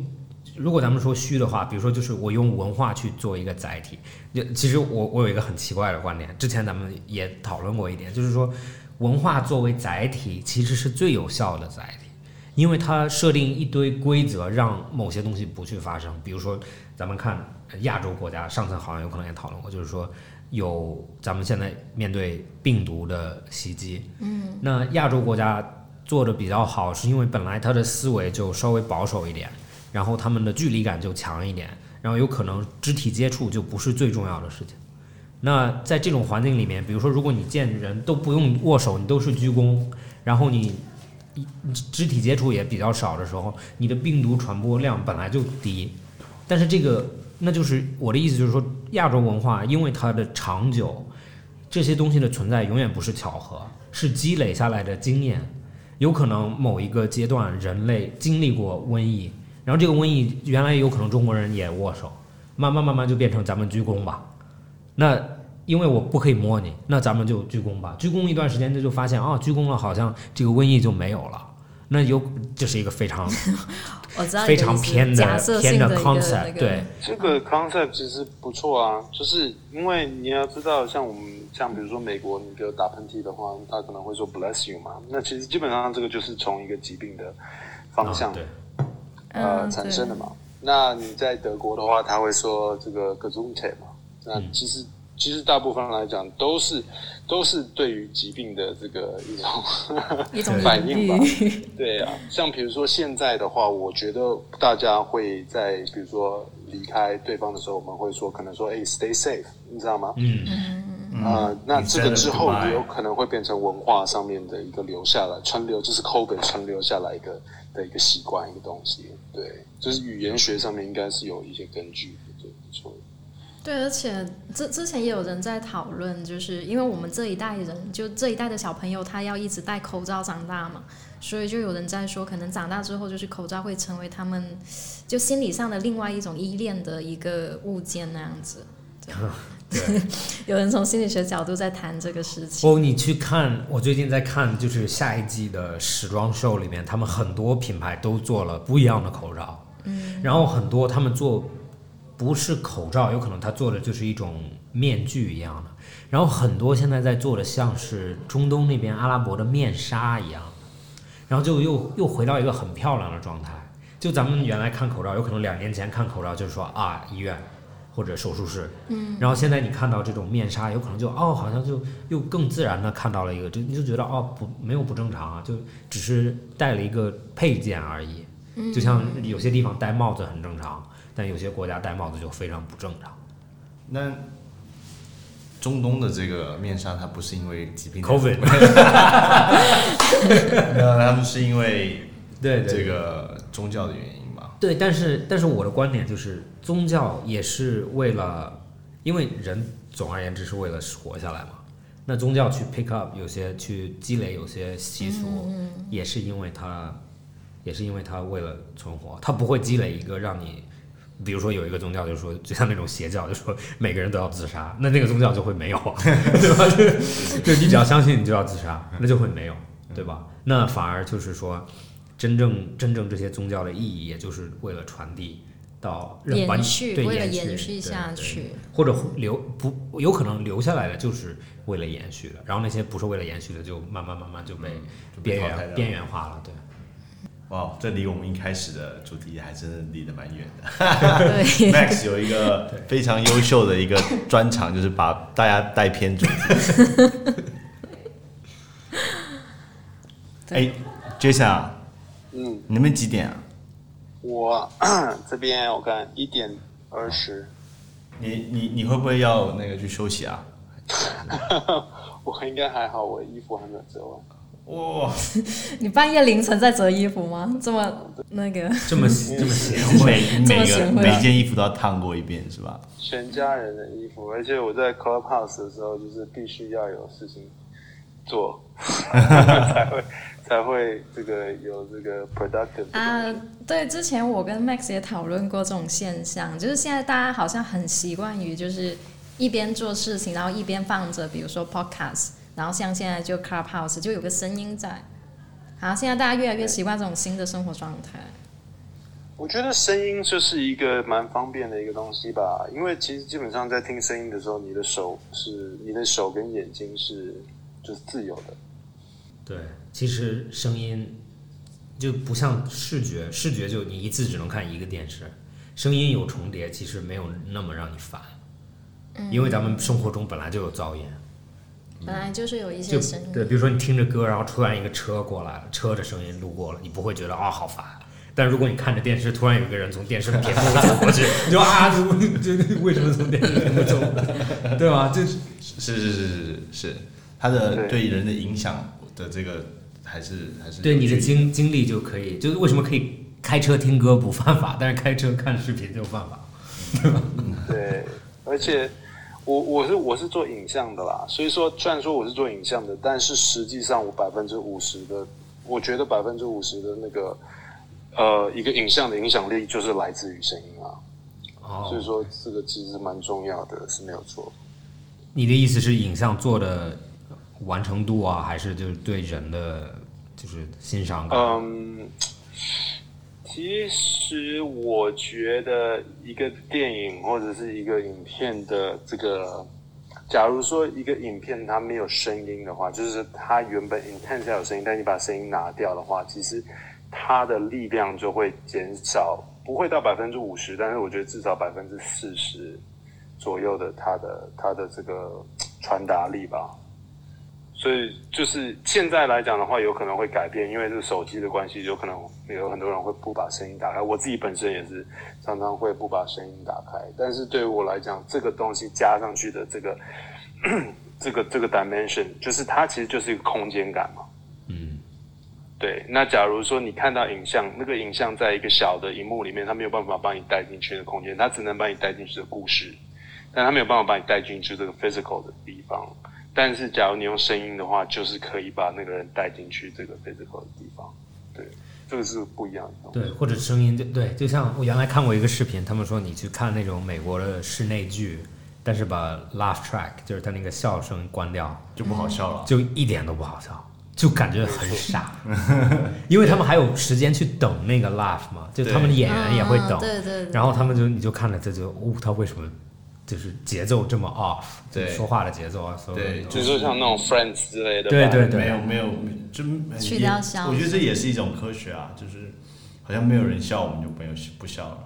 如果咱们说虚的话，比如说就是我用文化去做一个载体，就其实我我有一个很奇怪的观点，之前咱们也讨论过一点，就是说文化作为载体其实是最有效的载体，因为它设定一堆规则，让某些东西不去发生。比如说咱们看呃亚洲国家，上次好像有可能也讨论过，就是说有咱们现在面对病毒的袭击，嗯，那亚洲国家做的比较好，是因为本来他的思维就稍微保守一点，然后他们的距离感就强一点，然后有可能肢体接触就不是最重要的事情。那在这种环境里面，比如说，如果你见人都不用握手，你都是鞠躬，然后你你肢体接触也比较少的时候，你的病毒传播量本来就低，但是这个那就是我的意思，就是说亚洲文化因为它的长久，这些东西的存在永远不是巧合，是积累下来的经验。有可能某一个阶段人类经历过瘟疫，然后这个瘟疫原来有可能中国人也握手，慢慢慢慢就变成咱们鞠躬吧。那因为我不可以摸你，那咱们就鞠躬吧。鞠躬一段时间，这就发现啊，鞠躬了，好像这个瘟疫就没有了。那有这是一个 非常我知道你的意非思常偏的假设偏性的一个 concept，那个对，这个 concept 其实不错啊，就是因为你要知道，像我们像比如说美国，你给我打喷嚏的话，他可能会说 bless you 嘛。那其实基本上这个就是从一个疾病的方向、啊对呃嗯产对生的嘛。那你在德国的话，他会说这个 g e s u n t e 嘛。嗯那其实、其实大部分来讲都是都是对于疾病的这个一种一种 反应吧隐喻。对啊，像比如说现在的话，我觉得大家会在比如说离开对方的时候，我们会说可能说哎、s t a y safe，你知道吗？嗯啊、嗯那这个之 Instead 后 of goodbye 也有可能会变成文化上面的一个留下来传流，就是 COVID 传流下来一个的一个习惯一个东西。对，就是语言学上面应该是有一些根据的，对，没错。对，而且之之前也有人在讨论，就是因为我们这一代人，就这一代的小朋友，他要一直戴口罩长大嘛，所以就有人在说，可能长大之后，就是口罩会成为他们就心理上的另外一种依恋的一个物件那样子。 对，有人从心理学角度在谈这个事情。哦，你去看，我最近在看，就是下一季的时装秀里面，他们很多品牌都做了不一样的口罩，嗯，然后很多他们做不是口罩，有可能他做的就是一种面具一样的，然后很多现在在做的像是中东那边阿拉伯的面纱一样，然后就又又回到一个很漂亮的状态。就咱们原来看口罩，有可能两年前看口罩就是说啊医院或者手术室，嗯，然后现在你看到这种面纱，有可能就哦好像就又更自然的看到了一个，就你就觉得哦不没有不正常啊，就只是戴了一个配件而已。就像有些地方戴帽子很正常，但有些国家戴帽子就非常不正常。那中东的这个面纱，它不是因为疾病 COVID 没有，他们是因为对这个宗教的原因吧？对，但是但是我的观点就是，宗教也是为了，因为人总而言之是为了活下来嘛。那宗教去 pick up 有些去积累有些习俗，嗯也是因为它，也是因为它为了存活，它不会积累一个让你，比如说有一个宗教就说，就像那种邪教就说每个人都要自杀，那那个宗教就会没有，啊 对吧？ 就就你只要相信你就要自杀，那就会没有，对吧？那反而就是说，真正真正这些宗教的意义，也就是为了传递到让完延续，对为了延延续下，对对去，或者留不有可能留下来的就是为了延续的，然后那些不是为了延续的，就慢慢慢慢就被嗯就被边淘汰掉缘啊了边缘化了，对。哇，这离我们一开始的主题还真的离得蛮远的。对， Max 有一个非常优秀的一个专长，就是把大家带偏主题。哎对，Jason 啊，嗯，你们几点啊？我 这边我看一点二十， 你你你会不会要那个去休息啊？我应该还好，我衣服还没有折完。哇、你半夜凌晨在折衣服吗？这么那个，这 么这么邪你每每这么个贤惠啊每件衣服都要烫过一遍是吧？全家人的衣服，而且我在 Clubhouse 的时候，就是必须要有事情做， 才会才会这个有这个 productive 的东西啊，对，之前我跟 Max 也讨论过这种现象，就是现在大家好像很习惯于就是一边做事情，然后一边放着，比如说 podcast，然后像现在就 Clubhouse 就有个声音在。好，现在大家越来越习惯这种新的生活状态。我觉得声音就是一个蛮方便的一个东西吧，因为其实基本上在听声音的时候，你的手是你的手跟眼睛是就是自由的，对，其实声音就不像视觉，视觉就你一次只能看一个电视，声音有重叠，其实没有那么让你烦，因为咱们生活中本来就有噪音，本来就是有一嗯些就声音，对，比如说你听着歌，然后突然一个车过来了，车的声音路过了，你不会觉得啊、好烦。但如果你看着电视，突然有一个人从电视屏幕走过去， 你就啊，这这为什么从电视屏幕走？对吧？这是是是是是，它的对对人的影响的这个还是还是对有你距的离经经历就可以，就是为什么可以开车听歌不犯法，但是开车看视频就犯法。对，而且我我是我是做影像的啦，所以说虽然说我是做影像的，但是实际上我百分之五十的，我觉得百分之五十的那个呃一个影像的影响力就是来自于声音啊，所以哦，说这个其实蛮重要的，是没有错。你的意思是影像做的完成度啊，还是就是对人的就是欣赏感？啊嗯，其实我觉得一个电影或者是一个影片的这个，假如说一个影片它没有声音的话，就是它原本 intent 要有声音，但你把声音拿掉的话，其实它的力量就会减少，不会到百分之五十，但是我觉得至少百分之四十左右的它的它的这个传达力吧。所以就是现在来讲的话，有可能会改变，因为是手机的关系，有可能有很多人会不把声音打开。我自己本身也是常常会不把声音打开，但是对于我来讲，这个东西加上去的这个这个这个 dimension，就是它其实就是一个空间感嘛。嗯，对，那假如说你看到影像，那个影像在一个小的荧幕里面，它没有办法把你带进去的空间，它只能把你带进去的故事，但它没有办法把你带进去这个 physical 的地方。但是假如你用声音的话，就是可以把那个人带进去这个 physical 的地方。对，这个是不一样的东西。对，或者声音，就对，就像我原来看过一个视频，他们说你去看那种美国的室内剧，但是把 laugh track 就是他那个笑声关掉，就不好笑了。就一点都不好笑，就感觉很 傻，因为他们还有时间去等那个 laugh 嘛，就他们的演员也会等，嗯对对对然后他们就你就看着他就，哦，他为什么就是节奏这么 off，对就是说话的节奏啊，所有对的就是说像那种 Friends 之类的吧，对对没有没有，就去掉笑我觉得这也是一种科学啊，就是好像没有人笑，我们就没有不笑了。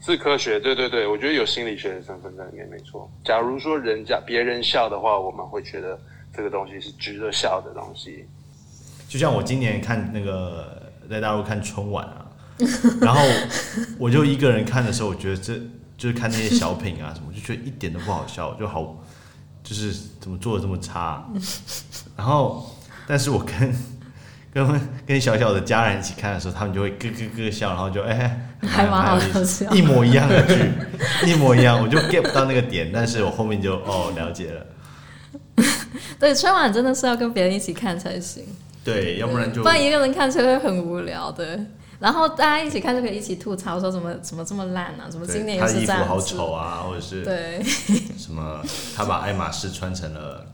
是科学。对对对，我觉得有心理学的成分在里面，没错。假如说人家别人笑的话，我们会觉得这个东西是值得笑的东西。就像我今年看那个在大陆看春晚啊， 然后我就一个人看的时候，我觉得这就是看那些小品啊什么，就觉得一点都不好笑，就好就是怎么做的这么差。啊 然后，但是我跟 跟跟小小的家人一起看的时候，他们就会咯咯咯笑，然后就哎，还蛮好有意思笑一模一样的剧， 一模一样，我就 get 不到那个点，但是我后面就哦了解了，对，春晚真的是要跟别人一起看才行，对，要不然就嗯不然一个人看就会很无聊的。然后大家一起看就可以一起吐槽说怎么怎么这么烂啊，怎么对今年他又的是衣这服样好子丑啊，或者是对，什么，他把爱马仕穿成了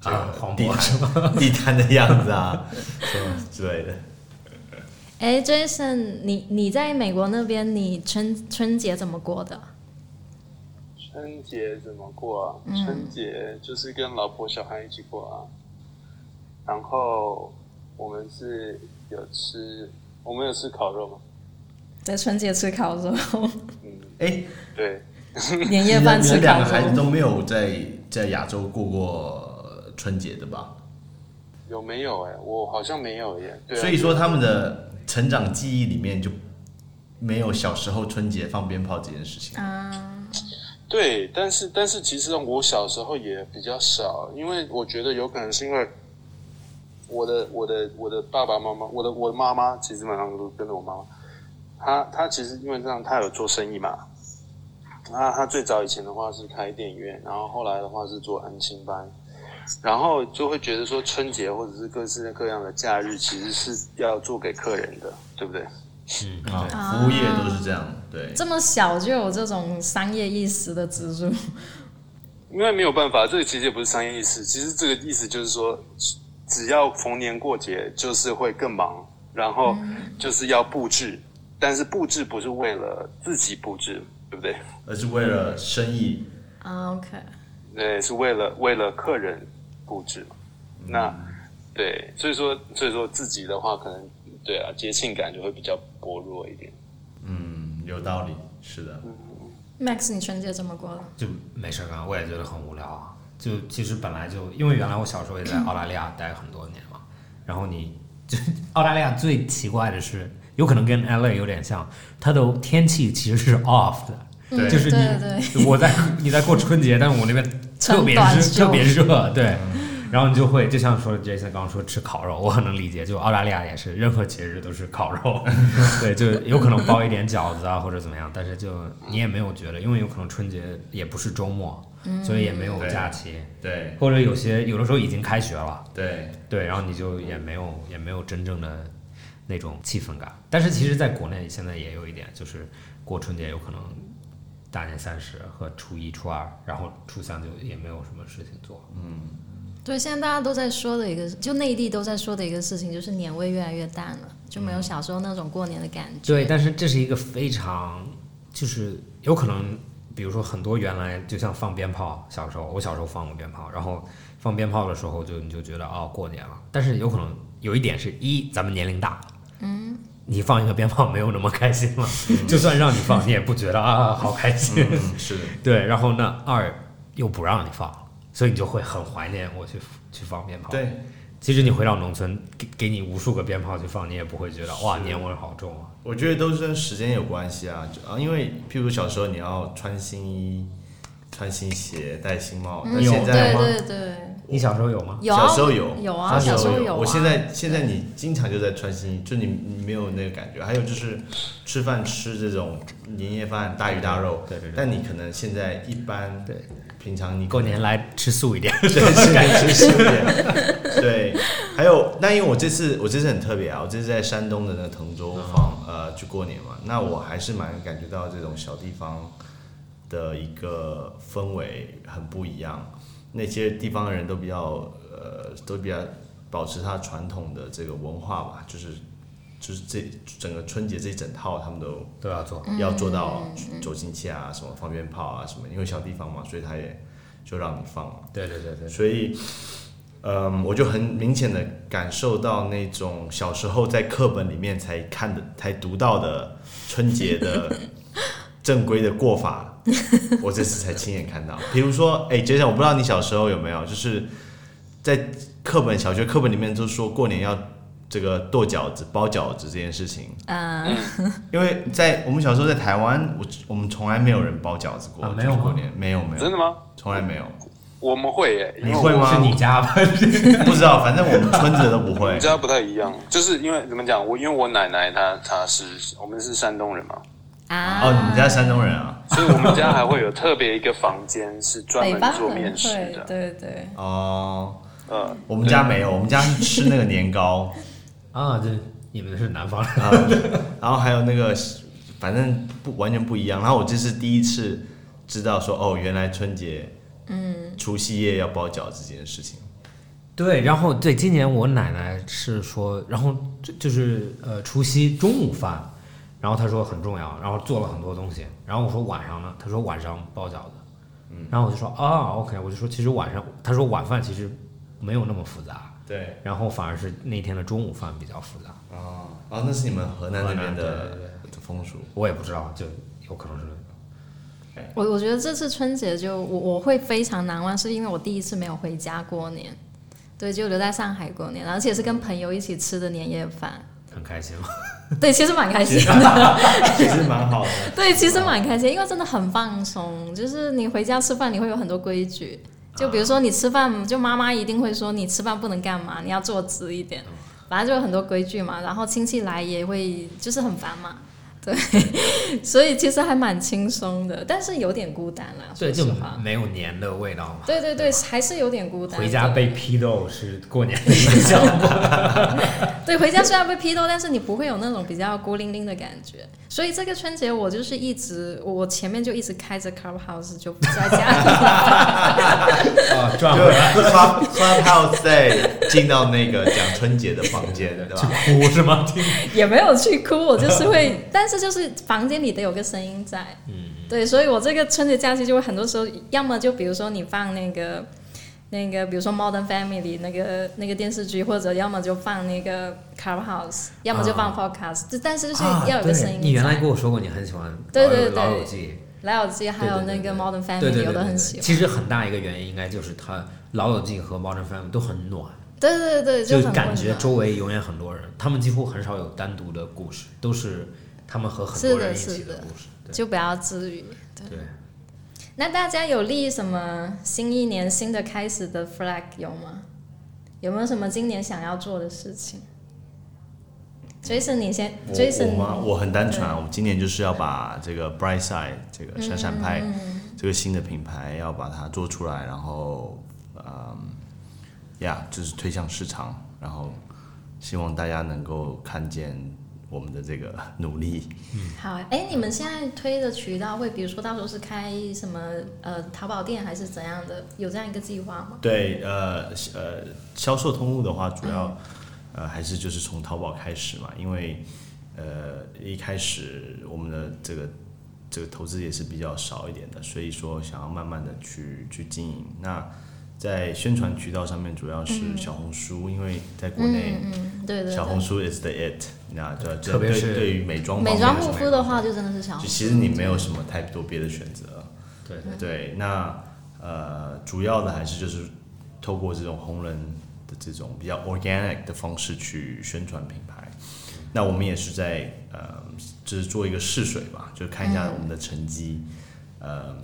这个啊黄地渤是毯 地毯的样子啊， 什么之类的。哎，Jason，你你在美国那边，你春春节怎么过的？春节怎么过啊？春节就是跟老婆小孩一起过啊。然后我们是有吃，我们有吃烤肉嘛？在春节吃烤肉，嗯，哎，对，年你夜们饭 你吃们两烤个孩子肉。都没有在在亚洲过过春节的吧？有没有、哎，我好像没有耶。对啊、所以说他们的成长记忆里面就没有小时候春节放鞭炮这件事情。啊，对，但是但是其实我小时候也比较少，因为我觉得有可能是因为我的我的我的爸爸妈妈，我的我的妈妈其实基本上都跟着我妈妈，她她其实因为这样，她有做生意嘛，那她最早以前的话是开电影院，然后后来的话是做安心班，然后就会觉得说春节或者是各式各样的假日其实是要做给客人的，对不对？啊，服务业都是这样，对，这么小就有这种商业意识的植入，因为没有办法，这个其实也不是商业意思，其实这个意思就是说，只要逢年过节，就是会更忙，然后嗯就是要布置，但是布置不是为了自己布置，对不对？而是为了生意。啊，OK，对，是为了为了客人布置嘛。嗯那对，所以说所以说自己的话，可能对啊，节庆感就会比较薄弱一点。嗯，有道理，是的。嗯 Max，你春节怎么过的？就没事儿干，我也觉得很无聊啊。就其实本来就因为原来我小时候也在澳大利亚待很多年嘛，然后你就 澳大利亚最奇怪的是，有可能跟 LA 有点像，它的天气其实是 off 的，对嗯就是你对对我在你在过春节，但是我那边特别春热短袖特别热，对。然后你就会，就像说 Jason 刚刚说吃烤肉，我很能理解。就澳大利亚也是，任何节日都是烤肉， 对，就有可能包一点饺子啊或者怎么样，但是就你也没有觉得，因为有可能春节也不是周末，嗯所以也没有对假期，对或者有些有的时候已经开学了，对，对，然后你就也没有也没有真正的那种气氛感。但是其实，在国内现在也有一点，就是过春节有可能大年三十和初一、初二，然后初三就也没有什么事情做。对，现在大家都在说的一个，就内地都在说的一个事情，就是年味越来越淡了，就嗯没有小时候那种过年的感觉。对，但是这是一个非常，就是有可能，比如说很多原来就像放鞭炮，小时候我小时候放过鞭炮，然后放鞭炮的时候就你就觉得哦过年了，但是有可能有一点是一咱们年龄大，嗯，你放一个鞭炮没有那么开心了，就算让你放你也不觉得啊好开心，嗯，是的，对，然后那二又不让你放了，所以你就会很怀念我去去放鞭炮，对，其实你回到农村，给给你无数个鞭炮去放，你也不会觉得哇年味儿好重啊。我觉得都是跟时间有关系啊，就啊，因为譬如小时候你要穿新衣、穿新鞋、戴新帽，但有现在嗯对吗对对，你小时候有吗？有啊小时候有有啊，小时候有。啊。我现在现在你经常就在穿新衣，就你你没有那个感觉。还有就是吃饭吃这种年夜饭大鱼大肉，对对对但你可能现在一般对，平常你过年来吃素一 点。对，是的，是的， 对。还有，那因为我这次我这次很特别啊，我这次在山东的那个滕州放、呃去过年嘛，那我还是蛮感觉到这种小地方的一个氛围很不一样。那些地方人都比较呃都比较保持它传统的这个文化吧，就是就是这整个春节这一整套他们都都要啊做。要做到走亲戚啊，什么放鞭炮啊，什么，因为小地方嘛，所以他也就让你放了。对对对对，所以，嗯，我就很明显的感受到那种小时候在课本里面才看的、才读到的春节的正规的过法，我这次才亲眼看到。比如说，哎，杰森，我不知道你小时候有没有，就是在课本、小学课本里面都说过年要这个剁饺子、包饺子这件事情，嗯，因为在我们小时候在台湾，我我们从来没有人包饺子过，啊没有就是吗过年没有没真有，的吗？从来没有。我们会耶，因你为会吗是你家吧？不知道，反正我们村子都不会 你。知道不太一样，就是因为怎么讲，我因为我奶奶她她是我们是山东人嘛，啊，哦，你们家山东人啊？所以我们家还会有特别一个房间是专北门方做很面食会，的，对对，哦，呃，我们家没有，我们家是吃那个年糕，啊，对，你们是南方人。啊，然后还有那个，反正不完全不一样。然后我这是第一次知道说，哦，原来春节，嗯，除夕夜要包饺子这件事情。对，然后对，今年我奶奶是说，然后就就是呃除夕中午饭，然后她说很重要，然后做了很多东西，然后我说晚上呢，她说晚上包饺子，然后我就说啊 OK，我就说其实晚上，她说晚饭其实没有那么复杂，对，然后反而是那天的中午饭比较复杂，哦，哦，那是你们河南那边河南的对对的风俗。我也不知道，就有可能是我我觉得这次春节就我我会非常难忘，是因为我第一次没有回家过年，对，就留在上海过年，而且是跟朋友一起吃的年夜饭，很开心。对，其实蛮开 心其实的。其实蛮好的，对，其实蛮开心，因为真的很放松。就是你回家吃饭，你会有很多规矩，就比如说你吃饭，就妈妈一定会说你吃饭不能干嘛，你要坐直一点，嗯反正就有很多规矩嘛。然后亲戚来也会就是很烦嘛，对，所以其实还蛮轻松的，但是有点孤单啦，说对，就实话。没有年的味道嘛。对对对，还是有点孤单。回家被批斗是过年的 一个项目。对，回家虽然被批斗，但是你不会有那种比较孤零零的感觉。所以这个春节我就是一直，我前面就一直开着 Clubhouse，就不在家里。啊，转回来就 club clubhouse 在进到那个讲春节的房间，对吧？哭 是吗？也没有去哭，我就是会，但是就是房间里得有个声音在，嗯，对，所以我这个春节假期就会很多时候，要么就比如说你放那个那个，比如说《Modern Family》那个那个电视剧，或者要么就放那个 Clubhouse，要么就放 Podcast，、就但是就是要有个声音在。对你原来跟我说过你很喜欢呃对对对老友记，老友记还有那个对对对对 Modern 对 Family，对有对对的很对喜欢。其实很大一个原因应该就是他老友记和 Modern Family 都很暖，对对对，就很感觉温暖周围永远很多人，他们几乎很少有单独的故事，都是他们和很是多的人一是起的故事。对就不要至于。对，那大家有立什么新一年新的开始的 flag 有吗？有没有什么今年想要做的事情？Jason，你先我，Jason，我吗？我很单纯啊，我今年就是要把这个 Bright Side 这个闪闪派、这个新的品牌要把它做出来，然后嗯，呀、就是推向市场，然后希望大家能够看见我们的这个努力。好，哎，你们现在推的渠道会，比如说到时候是开什么呃淘宝店还是怎样的？有这样一个计划吗？对，呃呃，销售通路的话，主要呃还是就是从淘宝开始嘛，因为呃一开始我们的这个这个投资也是比较少一点的，所以说想要慢慢的去去经营。那在宣传渠道上面，主要是小红书，因为在国内、嗯，对对对。小红书 is the it，那对特别对是对于美妆美方妆面护是肤的话，就真的是小就红书。其实你没有什么太多别的选择。对对，那呃，主要的还是就是透过这种红人的这种比较 organic 的方式去宣传品牌。那我们也是在呃，就是做一个试水吧，就看一下我们的成绩。呃，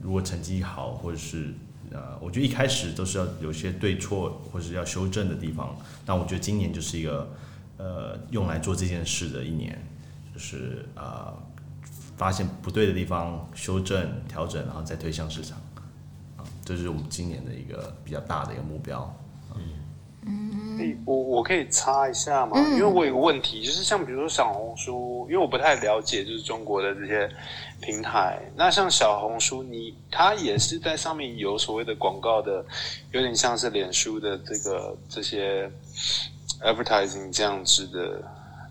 如果成绩好，或者是呃，我觉得一开始都是要有些对错或者要修正的地方。那我觉得今年就是一个呃，用来做这件事的一年，就是呃，发现不对的地方修正调整，然后再推向市场。啊，这是我们今年的一个比较大的一个目标。嗯哎我我可以插一下吗？因为我有个问题，就是像比如说小红书，因为我不太了解就是中国的这些平台。那像小红书，你它也是在上面有所谓的广告的，有点像是脸书的这个这些 advertising 这样子的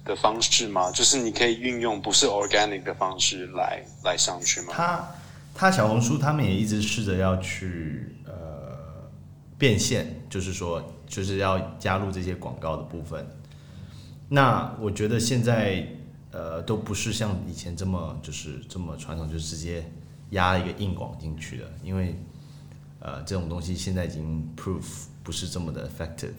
的方式吗？就是你可以运用不是 organic 的方式来来上去吗？他他小红书他们也一直试着要去呃变现，就是说就是要加入这些广告的部分。那我觉得现在呃都不是像以前这么就是这么传统，就直接压一个硬广进去的，因为呃这种东西现在已经 proof 不是这么的 effective。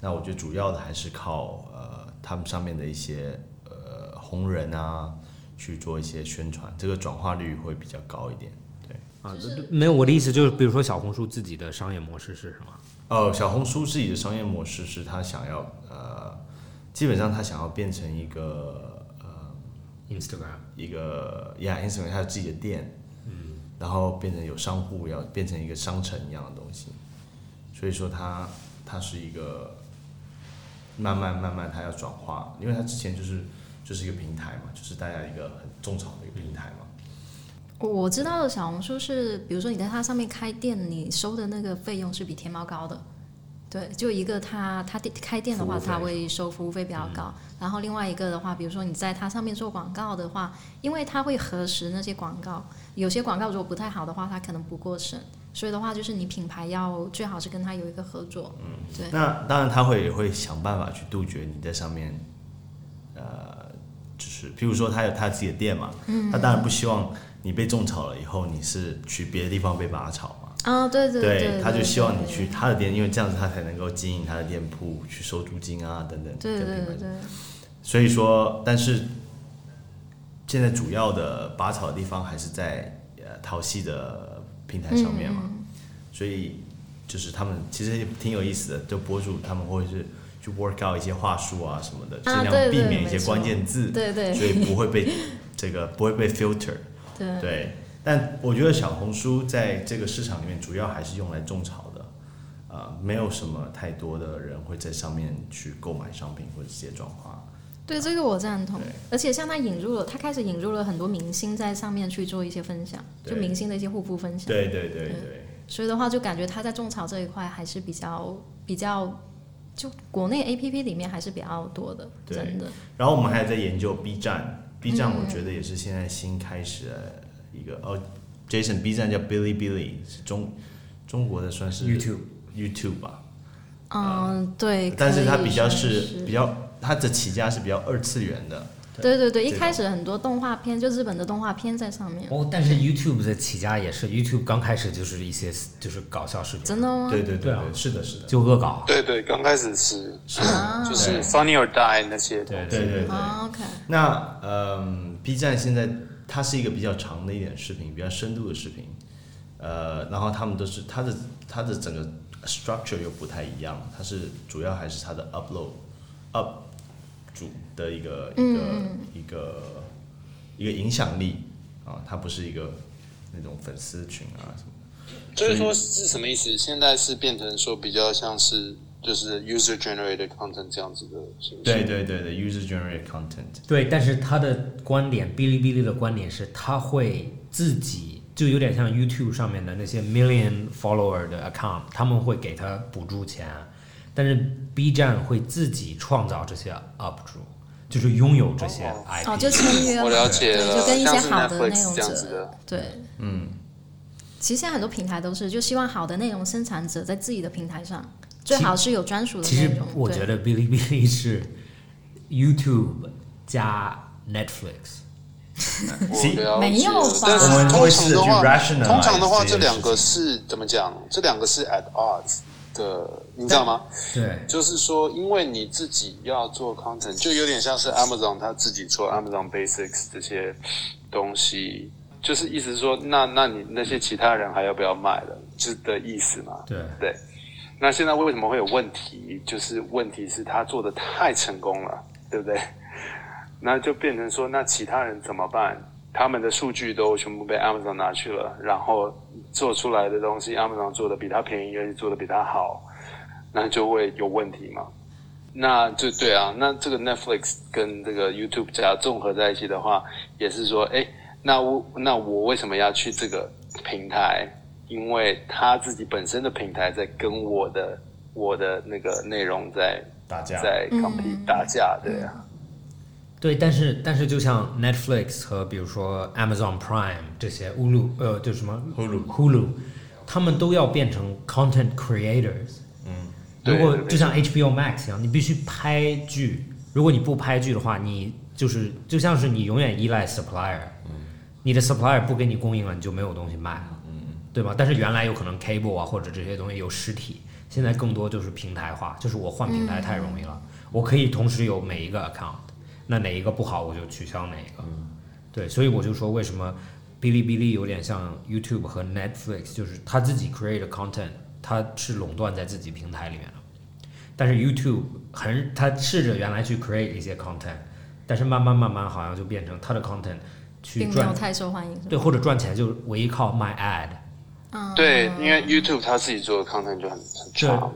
那我觉得主要的还是靠呃他们上面的一些呃红人啊去做一些宣传，这个转化率会比较高一点。对，啊，没有我的意思就是，比如说小红书自己的商业模式是什么？哦，小红书自己的商业模式是他想要呃，基本上他想要变成一个呃 Instagram，一个呀 Instagram 它有自己的店，嗯，然后变成有商户，要变成一个商城一样的东西，所以说它它是一个慢慢慢慢它要转化，因为它之前就是就是一个平台嘛，就是大家一个很种草的一个平台嘛，我我知道的小红书是，比如说你在它上面开店，你收的那个费用是比天猫高的。对，就一个它它店开店的话，服务费嗯它会收服务费比较高。然后另外一个的话，比如说你在它上面做广告的话，因为它会核实那些广告，有些广告如果不太好的话，它可能不过审。所以的话，就是你品牌要最好是跟它有一个合作。嗯对那当然他会也会想办法去杜绝你在上面，呃，就是譬如说他有他自己的店嘛，嗯，他当然不希望你被种草了以后你是去别的地方被拔草嘛。啊、对对对他就希望你去他的店，因为这样子他才能够经营他的店铺，去收租金啊等等对跟对品对牌。对，所以说，但是现在主要的拔草的地方还是在呃淘系的平台上面嘛，嗯所以就是他们其实也挺有意思的，就博主他们会是去 work out 一些话术啊什么的，啊尽对量避对免一没些错关键字，对对所以不会被这个不会被 filter。对对，但我觉得小红书在这个市场里面主要还是用来种草的，啊、没有什么太多的人会在上面去购买商品或者直接转化。对这个我赞同对，而且像他引入了，他开始引入了很多明星在上面去做一些分享，对就明星的一些护肤分享。对对对对，所以的话，就感觉他在种草这一块还是比较比较，就国内 A P P 里面还是比较多的，对真的。然后我们还在研究 B 站，B 嗯站我觉得也是现在新开始的一个、哦，Jason B 站叫 Billy Billy，是中中国的算是 YouTube YouTube 吧，嗯，对。啊但可是以它比较算是比较它的起家是比较二次元的，对对对，一这开始很多动画片，就日本的动画片在上面，哦，但是 YouTube 的起家也是 YouTube 刚开始就是一些就是搞笑视频，真的吗？对对对对啊是的是的，就恶搞，对对，刚开始是嗯是的，就对是 funny or die 那些对对对对。啊，OK，那嗯，B 站现在它是一个比较长的一点视频，比较深度的视频，呃，然后他们都是它的它的整个 structure 又不太一样，它是主要还是它的 upload up 主的一个一个、一个一个影响力啊，它不是一个那种粉丝群啊什么的。就是说是什么意思？现在是变成说比较像是就是 user generated content 这样子的形式。对对对对，user generated content。对，但是他的观点，哔哩哔哩的观点是，他会自己就有点像 YouTube 上面的那些 million follower 的 account，他们会给他补助钱，但是 B 站会自己创造这些 up 主，就是拥有这些哦 IP。哦，就签约我了解对了，就跟一些像是好的 Netflix 内容这样者子，的，对，嗯，其实现在很多平台都是，就希望好的内容生产者在自己的平台上，最好是有专属的其实内容。我对觉得哔哩哔哩是 YouTube 加 Netflix。行我了解没有吧但是我们通会常试着的去话， rationalize 通常的话，这件这两个事是怎么讲？这两个是 at odds 的，你知道吗？对，就是说，因为你自己要做 content，就有点像是 Amazon 他自己做 Amazon Basics 这些东西，就是意思说，那那你那些其他人还要不要卖了，就是的意思嘛。对对。那现在为什么会有问题？就是问题是他做的太成功了，对不对？那就变成说，那其他人怎么办？他们的数据都全部被 Amazon 拿去了，然后做出来的东西，Amazon 做的比它便宜，而且做的比它好，那就会有问题嘛。那就对啊，那这个 Netflix 跟这个 YouTube 加综合在一起的话，也是说，哎，那我那我为什么要去这个平台？因为他自己本身的平台在跟我的我的那个内容在打架在 compete 打架，对啊。对，但是但是就像 Netflix 和比如说 Amazon Prime 这些 Hulu 呃，就是什么 Hulu Hulu，他们都要变成 content creators。嗯，如对果对对就像 HBO Max 一样，你必须拍剧，如果你不拍剧的话，你就是就像是你永远依赖 supplier，你的 supplier 不给你供应了，你就没有东西卖了，对吧？但是原来有可能 cable 啊或者这些东西有实体，现在更多就是平台化，就是我换平台太容易了，我可以同时有每一个 account，那哪一个不好我就取消哪一个，对，所以我就说为什么哔哩哔哩有点像 YouTube 和 Netflix，就是他自己 create 的 content，他是垄断在自己平台里面的。但是 YouTube 很，他试着原来去 create 一些 content，但是慢慢慢慢好像就变成他的 content 去并没有赚，太受欢迎。是吧对，或者赚钱就唯一靠卖 ad，对，因为 YouTube 他自己做的 content 就很很差嘛。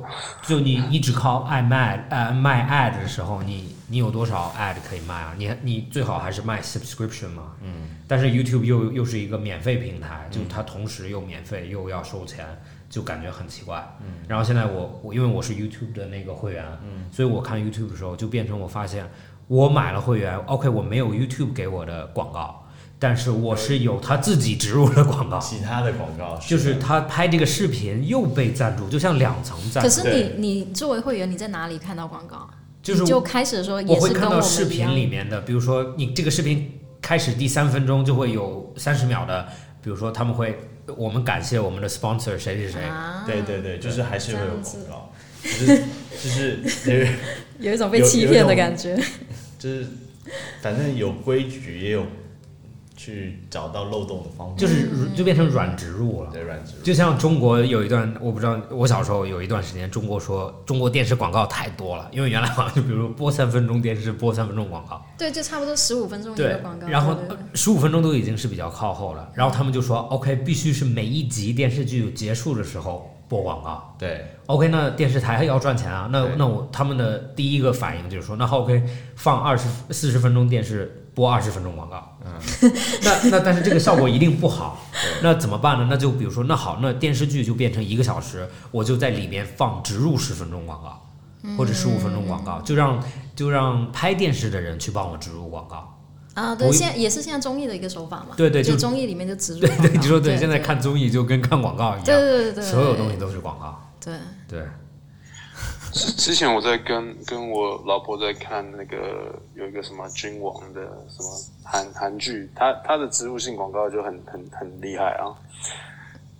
就你一直靠爱卖呃卖 ad 的时候，你你有多少 ad 可以卖啊？你你最好还是卖 subscription 嘛。嗯。但是 YouTube 又又是一个免费平台，就它同时又免费又要收钱，就感觉很奇怪。嗯。然后现在我我因为我是 YouTube 的那个会员，嗯，所以我看 YouTube 的时候就变成我发现我买了会员，OK，我没有 YouTube 给我的广告，但是我是有它自己植入的广告。其他的广告就是他拍这个视频又被赞助，就像两层赞可助。是你你作为会员，你在哪里看到广告啊？就是你就开始的时候我也会是看跟我到们视一样频里面的，比如说你这个视频开始第三分钟就会有三十秒的，比如说他们会我们感谢我们的 sponsor 谁谁谁，啊，对对对，就是还是会有广这告，就是就是就是有一种被被有欺欺骗骗的有的一种感感觉。就是，反正有规矩也有去找到漏洞的方法，就是嗯就变成软植入了。对软植入。就像中国有一段，我不知道，我小时候有一段时间，中国说中国电视广告太多了，因为原来好像就比如说播三分钟电视，播三分钟广告，对，就差不多十五分钟一个对广告。，然后对对对十五分钟都已经是比较靠后了，然后他们就说 OK，必须是每一集电视剧结束的时候播广告，对 OK，那电视台还要赚钱啊，那对那我他们的第一个反应就是说，那好 OK 放二十四十分钟电视播二十分钟广告， 那那但是这个效果一定不好， 那怎么办呢？那就比如说，那好，那电视剧就变成一个小时，我就在里面放植入十分钟广告，嗯或者十五分钟广告，就让就让拍电视的人去帮我植入 广告。啊，对，呃我现在也是现在综艺的一个手法嘛。对对就就综艺里面就植入对广告。对，你说对，对，现在看综艺就跟看广告一样，对。对对对对，所有东西都是广告，对。对。 之之前我在跟跟我老婆在看那个有一个什么君王的什么韩韩剧，它它的植入性广告就很很很厉害啊，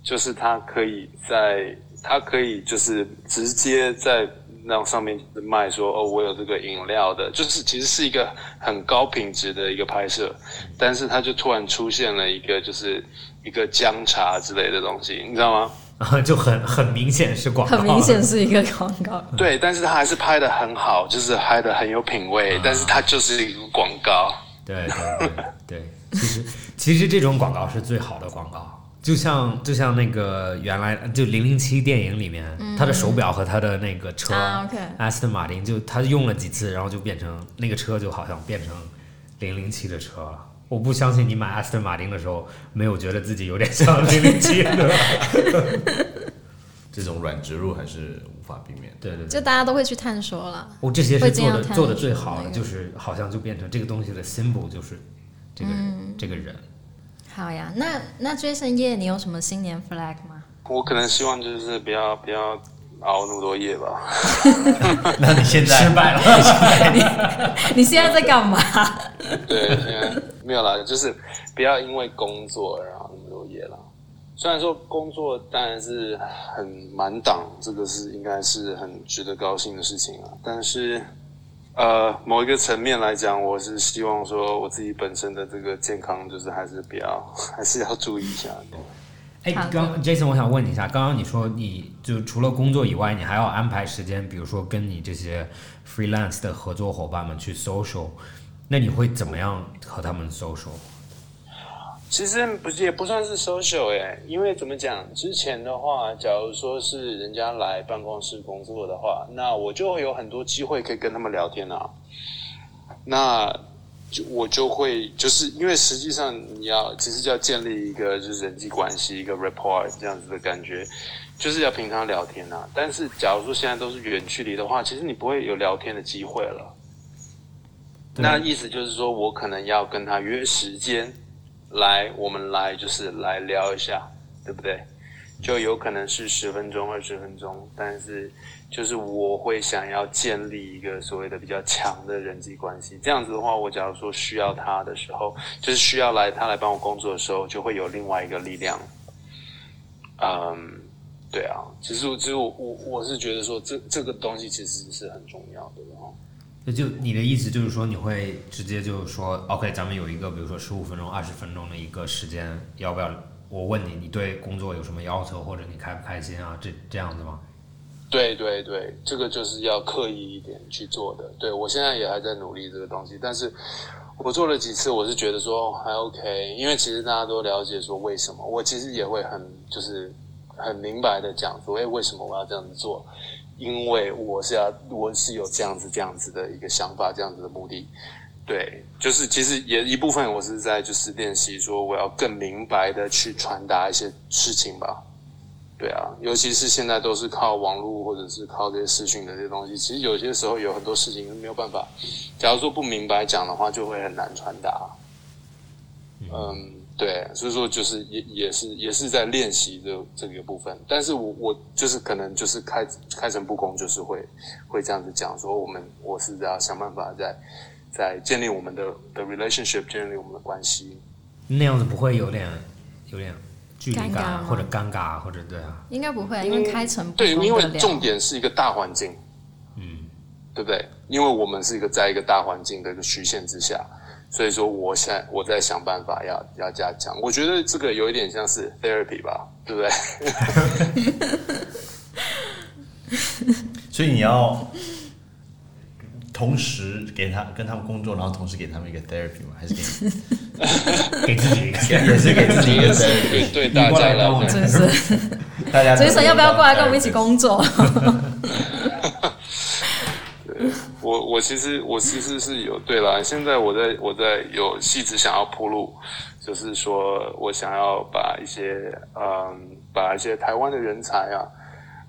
就是它可以在它可以就是直接在那上面卖说哦，我有这个饮料的，就是其实是一个很高品质的一个拍摄，但是它就突然出现了一个就是一个姜茶之类的东西，你知道吗？啊，就很很明显是广 告，很明显是一个广告，对，但是他还是拍的很好，就是拍的很有品味，但是他就是一个广告。对对对对，其实其实这种广告是最好的广告，就像就像那个原来就零零七电影里面，他的手表和他的那个车嗯啊，OK ，Aston Martin 就他用了几次，然后就变成那个车就好像变成零零七的车了。我不相信你买 Aston Martin 的时候没有觉得自己有点像零零七 的。这种软植入还是无法避免的。对对对，就大家都会去探索了。我这些是会这做样的看做的出最好的，那个就是好像就变成这个东西的 symbol 就是这个人、嗯这个人。好呀，那那 Jason 叶，你有什么新年 flag 吗？ 我可能希望就是不要不要熬那么多夜吧。那你现在失败了，你现在在干嘛？对，现在没有啦，就是不要因为工作然后那么多夜啦。虽然说工作当然是很满档，这个是应该是很值得高兴的事情啊。但是，呃，某一个层面来讲，我是希望说我自己本身的这个健康，就是还是不要，还是要注意一下。哎好，的刚 Jason，我想问你一下，刚刚你说你就除了工作以外，你还要安排时间，比如说跟你这些 freelance 的合作伙伴们去 social，那你会怎么样和他们 social？其实不是也不算是 social 哎、因为怎么讲，之前的话，假如说是人家来办公室工作的话，那我就会有很多机会可以跟他们聊天啊。那就我就会就是因为实际上你要其实要建立一个就是人际关系一个 rapport 这样子的感觉，就是要平常聊天啊。但是假如说现在都是远距离的话，其实你不会有聊天的机会了。那意思就是说我可能要跟他约时间，来，我们来就是来聊一下，对不对？就有可能是十分钟、二十分钟，但是就是我会想要建立一个所谓的比较强的人际关系。这样子的话，我假如说需要他的时候，就是需要来他来帮我工作的时候，就会有另外一个力量。嗯，对啊，其实我其实我我我是觉得说这这个东西其实是很重要的哦。那就你的意思就是说，你会直接就是说，OK，咱们有一个比如说十五分钟、二十分钟的一个时间，要不要？我问你，你对工作有什么要求，或者你开不开心啊？这这样子吗？对对对，这个就是要刻意一点去做的。对我现在也还在努力这个东西，但是我做了几次，我是觉得说还 OK，因为其实大家都了解说为什么，我其实也会很就是很明白的讲说，哎，为什么我要这样子做？因为我是要我是有这样子这样子的一个想法，这样子的目的。对，就是其实也一部分我是在就是练习说我要更明白的去传达一些事情吧。对啊，尤其是现在都是靠网络或者是靠这些视讯的这些东西，其实有些时候有很多事情是没有办法，假如说不明白讲的话，就会很难传达。嗯，对，所以说就是也也是也是在练习这这个部分，但是我我就是可能就是开开诚布公，就是会会这样子讲说，我们我是要想办法在在建立我们的的 relationship，建立我们的关系，那样子不会有点有点距离尴尬感啊吗或者尴尬啊，或者对啊， 应该不会，因为开诚布对，公因为地聊重点是一个大环境，嗯，对不对？因为我们是一个在一个大环境的一个局限之下，所以说我现在我在想办法要要加强。我觉得这个有一点像是 therapy 吧，对不对？所以你要同时给他跟他们工作，然后同时给他们一个 therapy 吗？还 是给你给自己一个也是给自己一 个 therapy？ 对对， 你大过家来跟我来们讲，真是，大家都所以说要不要过来跟我们一起工 作？我我其实我其实是有对啦，现在我在我在有细致想要铺路，就是说我想要把一些嗯把一些台湾的人才啊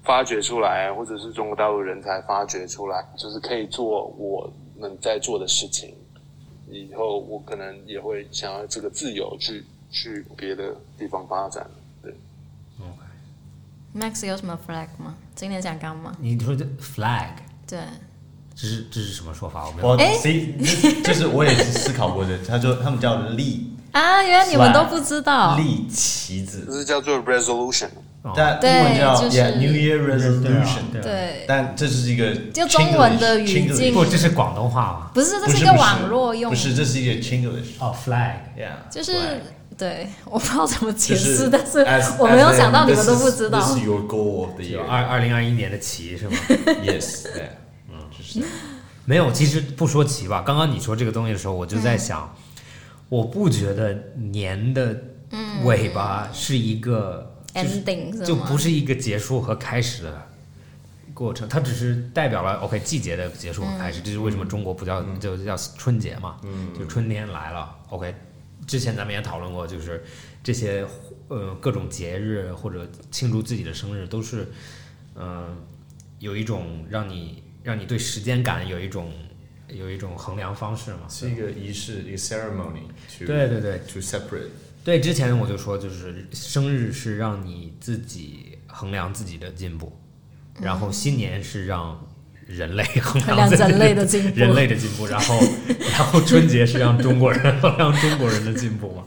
发掘出来，或者是中国大陆人才发掘出来，就是可以做我们在做的事情。以后我可能也会想要这个自由去去别的地方发展。对， OK Max 有什么 flag 吗？今年想干嘛？你说这 flag 对，这是这是什么说法？我没有我哎 C 就是我也是思考过的，他说他们叫立啊，原来你们都不知道。立旗这子，是叫做 resolution。哦但对英文叫就是 Yeah New Year 对啊 Resolution，对啊对，但这是一个就中文的语 Chinglish- 境不，这是广东话吗？不是，这不一是个不是网络用不语，是这是一个 Chinglish，Yeah，哦，flag。就是对，我不知道怎么解就释，是但是 as- 我没有 as in 想到你们 this 都不 is- 知道。 This is your goal of the 有 year. 二二零二一年的棋是吗？ Yes，对，嗯，就是这样。没有，其实不说棋吧，刚刚你说这个东西的时候，我就在想，我不觉得年的嗯尾巴是一个就是 ending 是吗就不是一个结束和开始的过程，它只是代表了 OK 季节的结束和开始。这是为什么中国不叫、就叫春节嘛？嗯，就春天来了。OK，之前咱们也讨论过，就是这些呃各种节日或者庆祝自己的生日，都是嗯、呃有一种让你让你对时间感有一种有一种衡量方式嘛。是一个仪式，一个 ceremony to 对对对， to separate。对，之前我就说，就是生日是让你自己衡量自己的进步，然后新年是让人类嗯衡衡量量自己人类的 进步人类的进步，然后然后春节是让中国人 衡量中国人的进步嘛，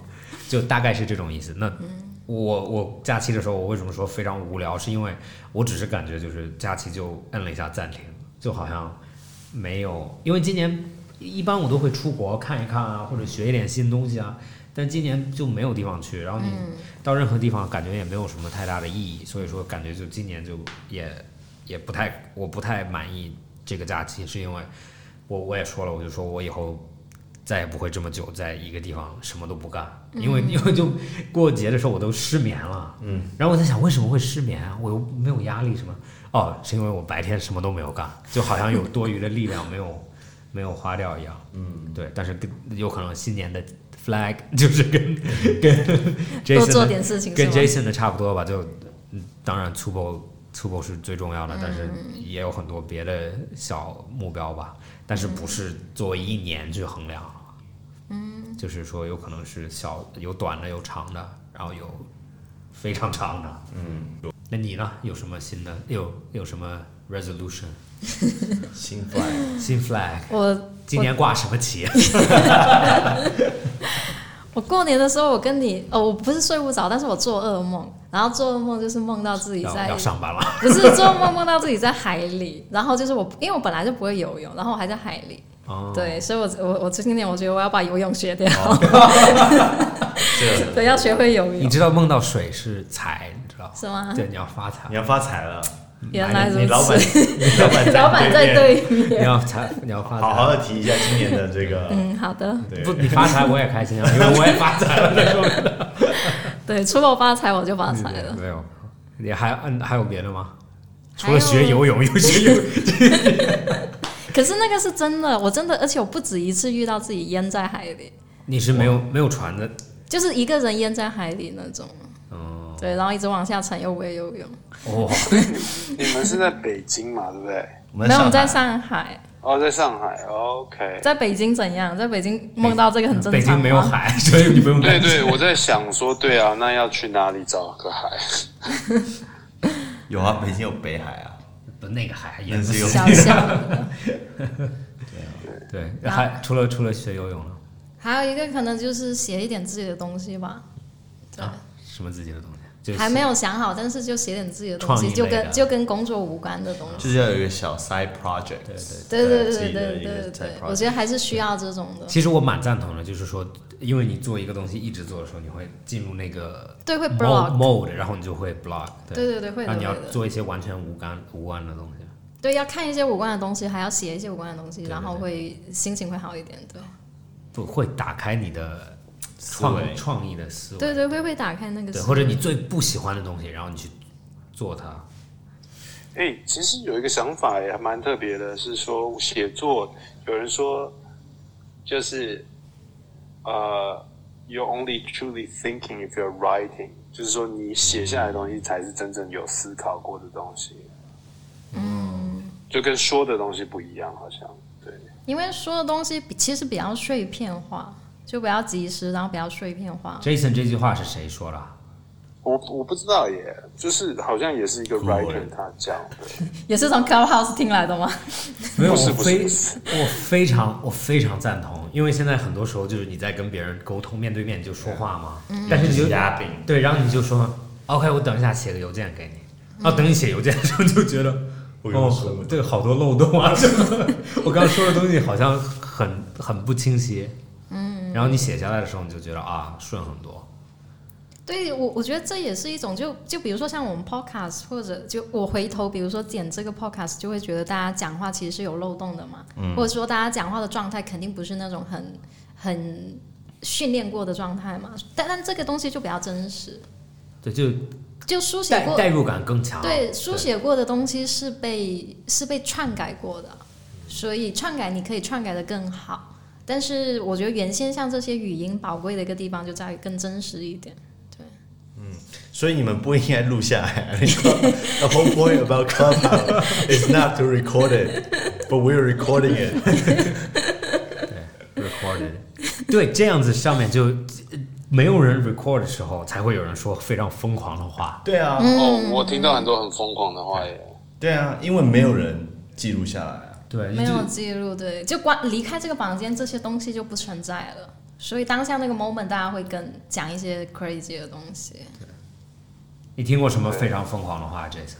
就大概是这种意思。嗯那我我假期的时候，我为什么说非常无聊？是因为我只是感觉就是假期就摁了一下暂停，就好像没有，因为今年一般我都会出国看一看啊，或者学一点新东西啊。但今年就没有地方去，然后你到任何地方感觉也没有什么太大的意义，所以说感觉就今年就也也不太，我不太满意这个假期，是因为我我也说了，我就说我以后再也不会这么久在一个地方什么都不干，因为因为就过节的时候我都失眠了，嗯，然后我在想为什么会失眠啊，我又没有压力什么，哦，是因为我白天什么都没有干，就好像有多余的力量没有没有花掉一样，嗯，对，但是跟有可能新年的 flag 就是跟跟 Jason 多做的点事情是跟吗？ Jason 的差不多吧，就嗯当然粗暴粗暴是最重要的，但是嗯也有很多别的小目标吧，但是不嗯是作为一年去衡量，嗯，就是说有可能是小有短的有长的，然后有非常长的，嗯，那你呢？有什么新的有有什么 resolution 新 flag 新 flag？嗯我今年挂什么旗？我过年的时候，我跟你哦，我不是睡不着，但是我做噩梦，然后做噩梦就是梦到自己要在 要上班了不是做梦梦到自己在海里，然后就是我，因为我本来就不会游泳，然后我还在海里，哦，对，所以我我我今年我觉得我要把游泳学掉，这 对，要学会游你泳，知道梦到水是财，你知道吗？是吗？对，你要发财你。要发财了，原来如你老板此，你老板 老板在面，对你面，要财，你要发财。好好的提一下今年的这 个，嗯，好的，对不，你发财我也开心啊，因为我也发财了。对，出口发财我就发财了，没有，你还嗯还有别的吗？还除了学游泳，又学 游泳。可是那个是真的，我真的，而且我不止一次遇到自己淹在海里，你是没有没有 船的，就是一个人淹在海里那种，哦对，然后一直往下沉，又不会游泳，哦，你们是在北京嘛，对不对？我没有，我们在上海上海。哦，在上海，OK。在北京怎样？在北京梦到这个很正常。啊北京没有。海，所以你不用 对担心。对，我在想说，对啊，那要去哪里找个海？ 有啊，北京有北海啊，不，那个海也那是有小小的， 对，还除了除了学游泳了，还有一个可能就是写一点自己的东西吧。对，啊什么自己的东西？就是还没有想好，但是就写点自己的东创意西，类就的跟就跟工作无关的东西。就是要有一个小 side project，对对自对己对的对一个对 side 对， project 我觉得还是需要这种的。其实我蛮赞同的，就是说，因为你做一个东西一直做的时候，你会进入那个对，会 mode block。 mode，然后你就会 block。对对对，会的然后你要会的。做一些完全无关无关的东西。对，要看一些无关的东西，还要写一些无关的东西，对对然后会心情会好一点。对不会打开你的思创维。创意的思维，对对，会会打开那个对视或者你最不喜欢的东西，然后你去做它。哎、其实有一个想法也还蛮特别的，是说写作，有人说就是呃，you only truly thinking if you're writing，就是说你写下来的东西才是真正有思考过的东西。嗯，就跟说的东西不一样，好像对。因为说的东西比其实比较碎片化，就比较及时，然后比较碎片化。 Jason 这句话是谁说的啊？我我不知道耶，就是好像也是一个古文 writer 他讲的，也是从 Clubhouse 听来的吗？没有，不是我不非是我非常我非常赞同，因为现在很多时候就是你在跟别人沟通，面对面就说话嘛，嗯但是你嗯就压饼对，然后你就说 OK，我等一下写个邮件给你。嗯然后等你写邮件的时候就觉得，我有什哦么，对，好多漏洞啊！我刚刚说的东 西好像很很不清晰，嗯，然后你写下来的时候你就觉得啊顺很多，对我，我觉得这也是一种就就比如说像我们 podcast，或者就我回头，比如说剪这个 podcast，就会觉得大家讲话其实是有漏洞的嘛，或者说大家讲话的状态肯定不是那种很很训练过的状态嘛。但但这个东西就比较真实，对，就就书写代过，代入感更强。对，书写过的东西是被是被篡改过的，所以篡改你可以篡改的更好。但是我觉得原先像这些语音宝贵的一个地方就在于更真实一点。所以你们不应该录下来。The whole point about Clubhouse is not to record it, but we're recording it. recorded，对，这样子上面就呃没有人 record 的时候，才会有人说非常疯狂的话。对啊，哦，我听到很多很疯狂的话耶。对啊，因为没有人记录下来啊。对，没有记录，对，就关离开这个房间，这些东西就不存在了。所以当下那个 moment，大家会更讲一些 crazy 的东西。你听过什么非常疯狂的话，Jason？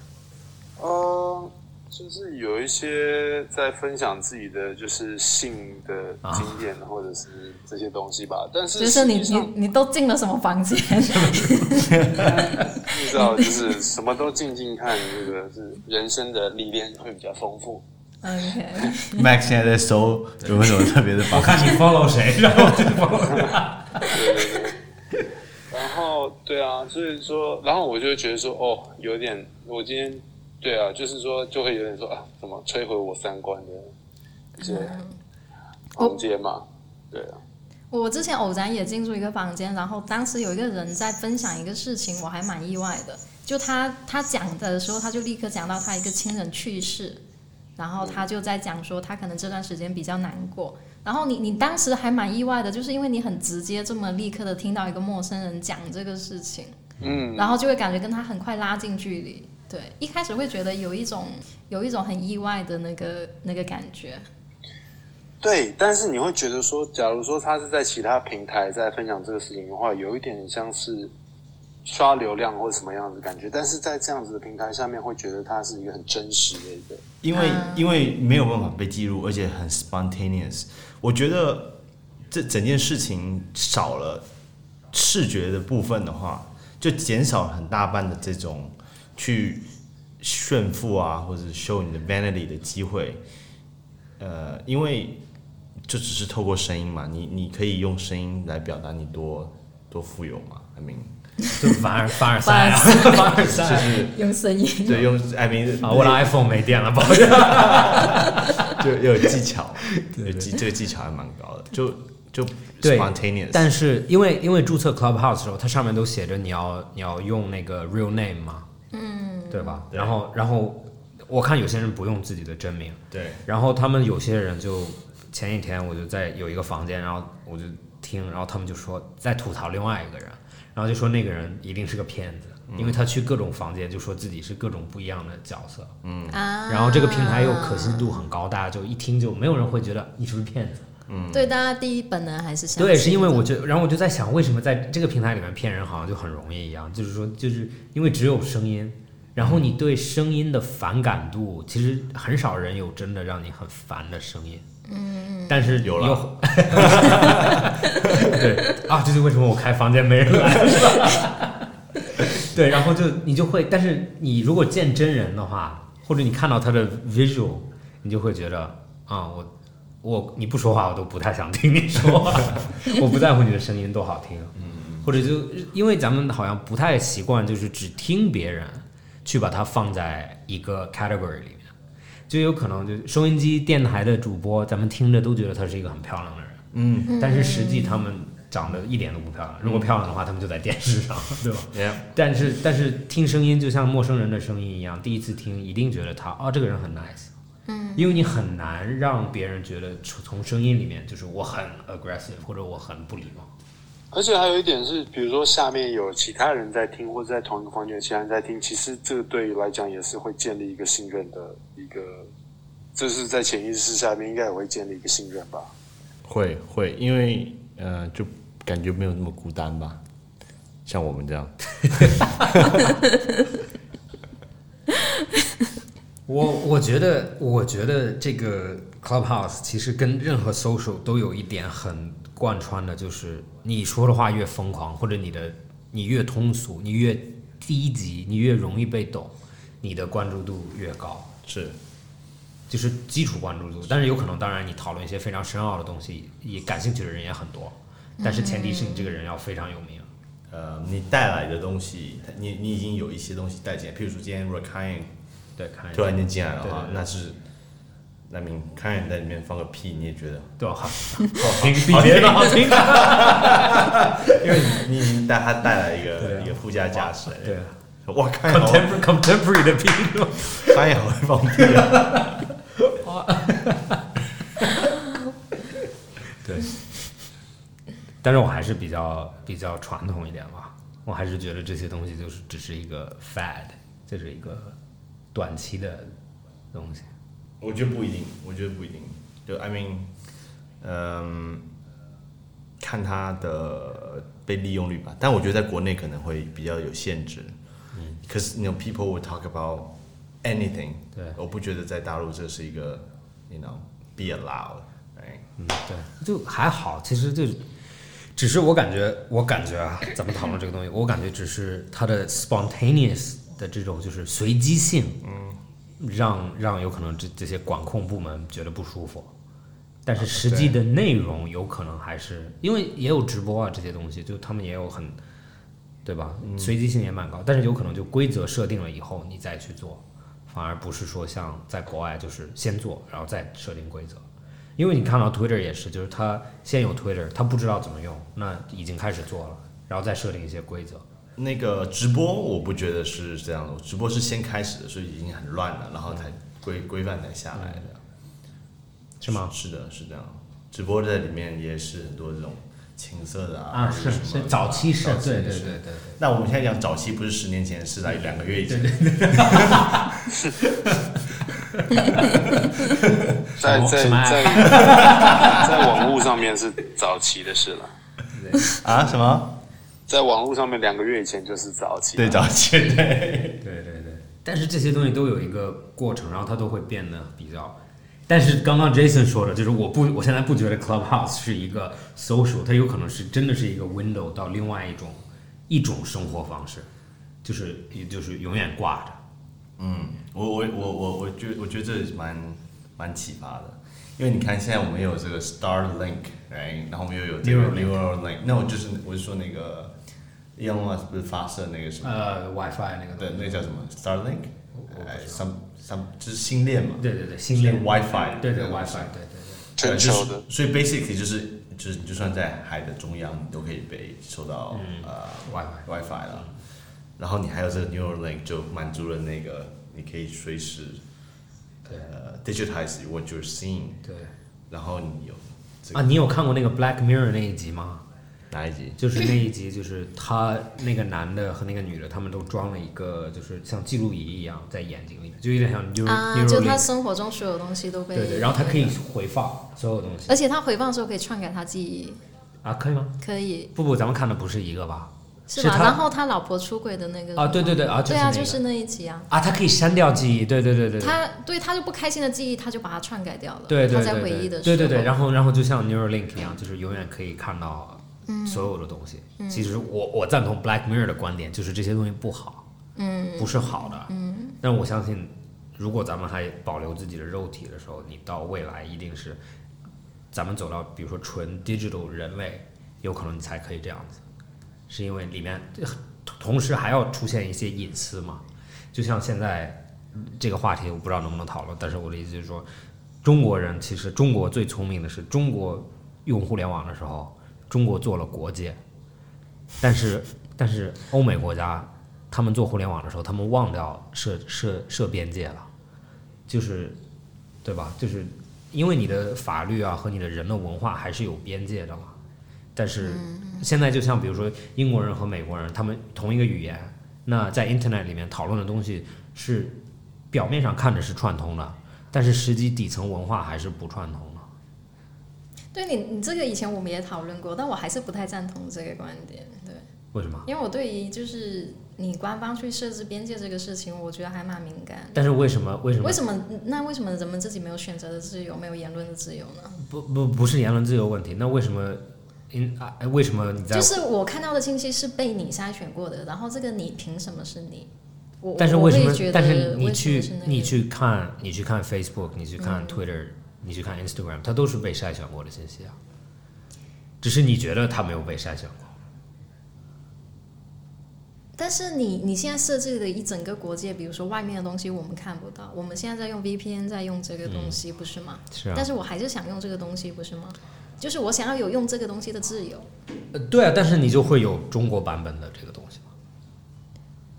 呃，就是有一些在分享自己的就是性的经验，或者是这些东西吧。但是就实是你际你上你都进了什么房间？ 你知道，就是什么都静静看，这个是人生的历练会比较丰富。嗯 OK， Max 现在在搜有没有什么特别的我方法。看你 follow 谁，然后就 follow 对对对。然后对啊，所以说，然后我就会觉得说，哦，有点，我今天对啊，就是说，就会有点说啊，怎么摧毁我三观的一些嗯环节嘛？对啊，我之前偶然也进入一个房间，然后当时有一个人在分享一个事情，我还蛮意外的。就他他讲的时候，他就立刻讲到他一个亲人去世，然后他就在讲说他可能这段时间比较难过。然后你你当时还蛮意外的，就是因为你很直接这么立刻的听到一个陌生人讲这个事情，嗯，然后就会感觉跟他很快拉近距离。对，一开始会觉得有一种有一种很意外的那个那个感觉。对，但是你会觉得说，假如说他是在其他平台在分享这个事情的话，有一点像是刷流量或者什么样子的感觉，但是在这样子的平台下面，会觉得它是一个很真实的一个。因为因为没有办法被记录，而且很 spontaneous。我觉得这整件事情少了视觉的部分的话，就减少了很大半的这种去炫富啊，或者 show 你的 vanity 的机会。呃，因为就只是透过声音嘛，你你可以用声音来表达你多多富有嘛，I mean，就凡尔凡尔赛啊， 凡尔就赛是用声音对用 I mean 啊！我的 iPhone 没电了，抱歉。就有技巧，有技这个技巧还蛮高的，就就对 spontaneous，但是因为因为注册 Clubhouse 的时候，它上面都写着你要你要用那个 real name 嘛，嗯，对吧？然后然后我看有些人不用自己的真名，对然后他们有些人就前几天我就在有一个房间，然后我就听，然后他们就说在吐槽另外一个人，然后就说那个人一定是个骗子，因为他去各种房间就说自己是各种不一样的角色，啊嗯然后这个平台又可信度很高，大家就一听就没有人会觉得你是不是骗子。对，大家第一本能还是相信嗯对，是因为的我觉得，然后我就在想，为什么在这个平台里面骗人好像就很容易一样？就是说，就是因为只有声音，然后你对声音的反感度，其实很少人有真的让你很烦的声音。嗯，但是有了， 对啊，这就为什么我开房间没人来。 对，然后就你就会，但是你如果见真人的话，或者你看到他的 visual，你就会觉得啊、我我你不说话，我都不太想听你说 话，我不在乎你的声音多好听，或者就因为咱们好像不太习惯，就是只听别人去把它放在一个 category 里面，就有可能就收音机电台的主播，咱们听着都觉得他是一个很漂亮的人，嗯，但是实际他们长得一点都不漂亮，如果漂亮的话，他们就在电视 上，对吧？ ，yeah，但是但是听声音就像陌生人的声音一样，第一次听一定觉得他哦这个人很 nice，嗯，因为你很难让别人觉得从从声音里面就是我很 aggressive 或者我很不礼貌，而且还有一点是，比如说下面有其他人在听，或者在同一个房间有其他人在听，其实这个对于来讲也是会建立一个信任的一个，这是在潜意识下面应该也会建立一个信任吧。会会，因为呃，就感觉没有那么孤单吧，像我们这样，我我觉得，我觉得这个 Clubhouse 其实跟任何 social 都有一点很贯穿的，就是你说的话越疯狂，或者你的你越通俗，你越低级，你越容易被懂，你的关注度越高，是就是基础关注度。但是有可能，当然你讨论一些非常深奥的东西，也感兴趣的人也很多。但是前提是你这个人要非常有名。呃，你带来的东西，它你你已经有一些东西带进来，譬如说今天 r e k i n 对，看突然间进来了对对啊对，那是那明 k i n 在里面放个屁，你也觉得对，好，好听，比别的好听。因为你已经带他带来一对啊个一个附加价值。对啊哇，看好，contemporary contemporary 的评论，看也好会放屁啊！对。但是我还是比较比较传统一点吧，我还是觉得这些东西就是只是一个 fad，这是一个短期的东西。我觉得不一定，我觉得不一定。就 I mean，嗯，看他的被利用率吧。但我觉得在国内可能会比较有限制。嗯，Because you know people will talk about anything。对我不觉得在大陆这是一个，you know be allowed。right？嗯，对，就还好，其实就只是我感觉，我感觉啊，咱们讨论这个东西，我感觉只是它的 spontaneous 的这种就是随机性，嗯，让让有可能这这些管控部门觉得不舒服，但是实际的内容有可能还是因为也有直播啊这些东西，就他们也有很。对吧？随机性也蛮高，但是有可能就规则设定了以后你再去做，反而不是说像在国外就是先做，然后再设定规则。因为你看到 Twitter 也是，就是他先有 Twitter，他不知道怎么用，那已经开始做了，然后再设定一些规则。那个直播我不觉得是这样的，直播是先开始的，所以已经很乱了，然后才规规范才下来的。是吗啊是的，是这样。直播在里面也是很多这种情色的啊，或者什么的早期是早，期对的对是对对那我们现在讲早期不是十年前，是在两个月以 前。在什么在什么啊爱在 在网络上面是早期的事了，啊？什么？在网络上面两个月以前就是早期。对，早期对。对对对。但是这些东西都有一个过程，然后它都会变得比较。但是刚刚 Jason 说的，就是我不，我现在不觉得 Clubhouse 是一个 social，它有可能是真的是一个 window 到另外一种一种生活方式，就是就是永远挂着。我我我我我觉我觉得这蛮蛮启发的，因为你看现在我们有这个 Starlink，right，然后我们又有这个 Neuralink，那我就是我是说那个 Elon Musk 不是发射那个什么，呃，WiFi 那个东对西，。那个叫什么 Starlink，哎，some some 就是星链嘛，对对对，心链 WiFi，对对对 WiFi，对对全球的呃就是所以 basically 就是就是你就算在海的中央，你都可以被收到、呃对，WiFi。 WiFi 了。然后你还有这个 Neuralink 就满足了那个你可以随时对呃 digitize what you're seeing，对然后你有这啊，个你有看过那个《Black Mirror》那一集吗？哪一集？就是那一集，就是他那个男的和那个女的，他们都装了一个，就是像记录仪一样在眼睛里面，就有点像 n e u r 啊，就他 Neuralink。生活中所有东西都被对对，然后他可以，回放所有东西而且他回放的时候可以篡改他记忆，啊，可以吗？可以不不，咱们看的不是一个吧？是是吧？他然后他老婆出轨的那个啊，对对对啊，就是对那啊，个就是那一集啊，啊，他可以删掉记忆，对对对对对。他对他就不开心的记忆，他就把它篡改掉了，对对他对在回对忆的时对候，对对，然后然后就像 Neuralink 一样，就是永远可以看到嗯所有的东西。其实我我赞同 Black Mirror 的观点，就是这些东西不好，嗯，不是好的，嗯。但我相信，如果咱们还保留自己的肉体的时候，你到未来一定是，咱们走到比如说纯 digital 人类，有可能你才可以这样子，是因为里面同时还要出现一些隐私嘛。就像现在这个话题，我不知道能不能讨论，但是我的意思就是说，中国人其实中国最聪明的是，中国用互联网的时候，中国做了国界，但是但是欧美国家他们做互联网的时候，他们忘掉设设设边界了，就是对吧？就是因为你的法律啊和你的人的文化还是有边界的嘛。但是现在就像比如说英国人和美国人，他们同一个语言，那在 Internet 里面讨论的东西是表面上看着是串通的，但是实际底层文化还是不串通的。对你你这个以前我们也讨论过，但我还是不太赞同这个观点，对。为什么？因为我对于就是你官方去设置边界这个事情，我觉得还蛮敏感。但是为什么？为什么为？什么？那为什么人们自己没有选择的自由，没有言论的自由呢？不不不是言论自由问题，那为什么？因啊，为什么你在？就是我看到的信息是被你筛选过的，然后这个你凭什么是你？我但是我为什会么觉？得但是为什你么去是那个嗯你去看你去看 Facebook，你去看 Twitter，、你去看 Instagram，它都是被筛选过的信息啊。只是你觉得他没有被筛选过。但是你你现在设置的一整个国界，比如说外面的东西我们看不到，我们现在在用 VPN 在用这个东西，不是吗？是啊但是我还是想用这个东西，不是吗？就是我想要有用这个东西的自由。呃对啊，但是你就会有中国版本的这个东西吗？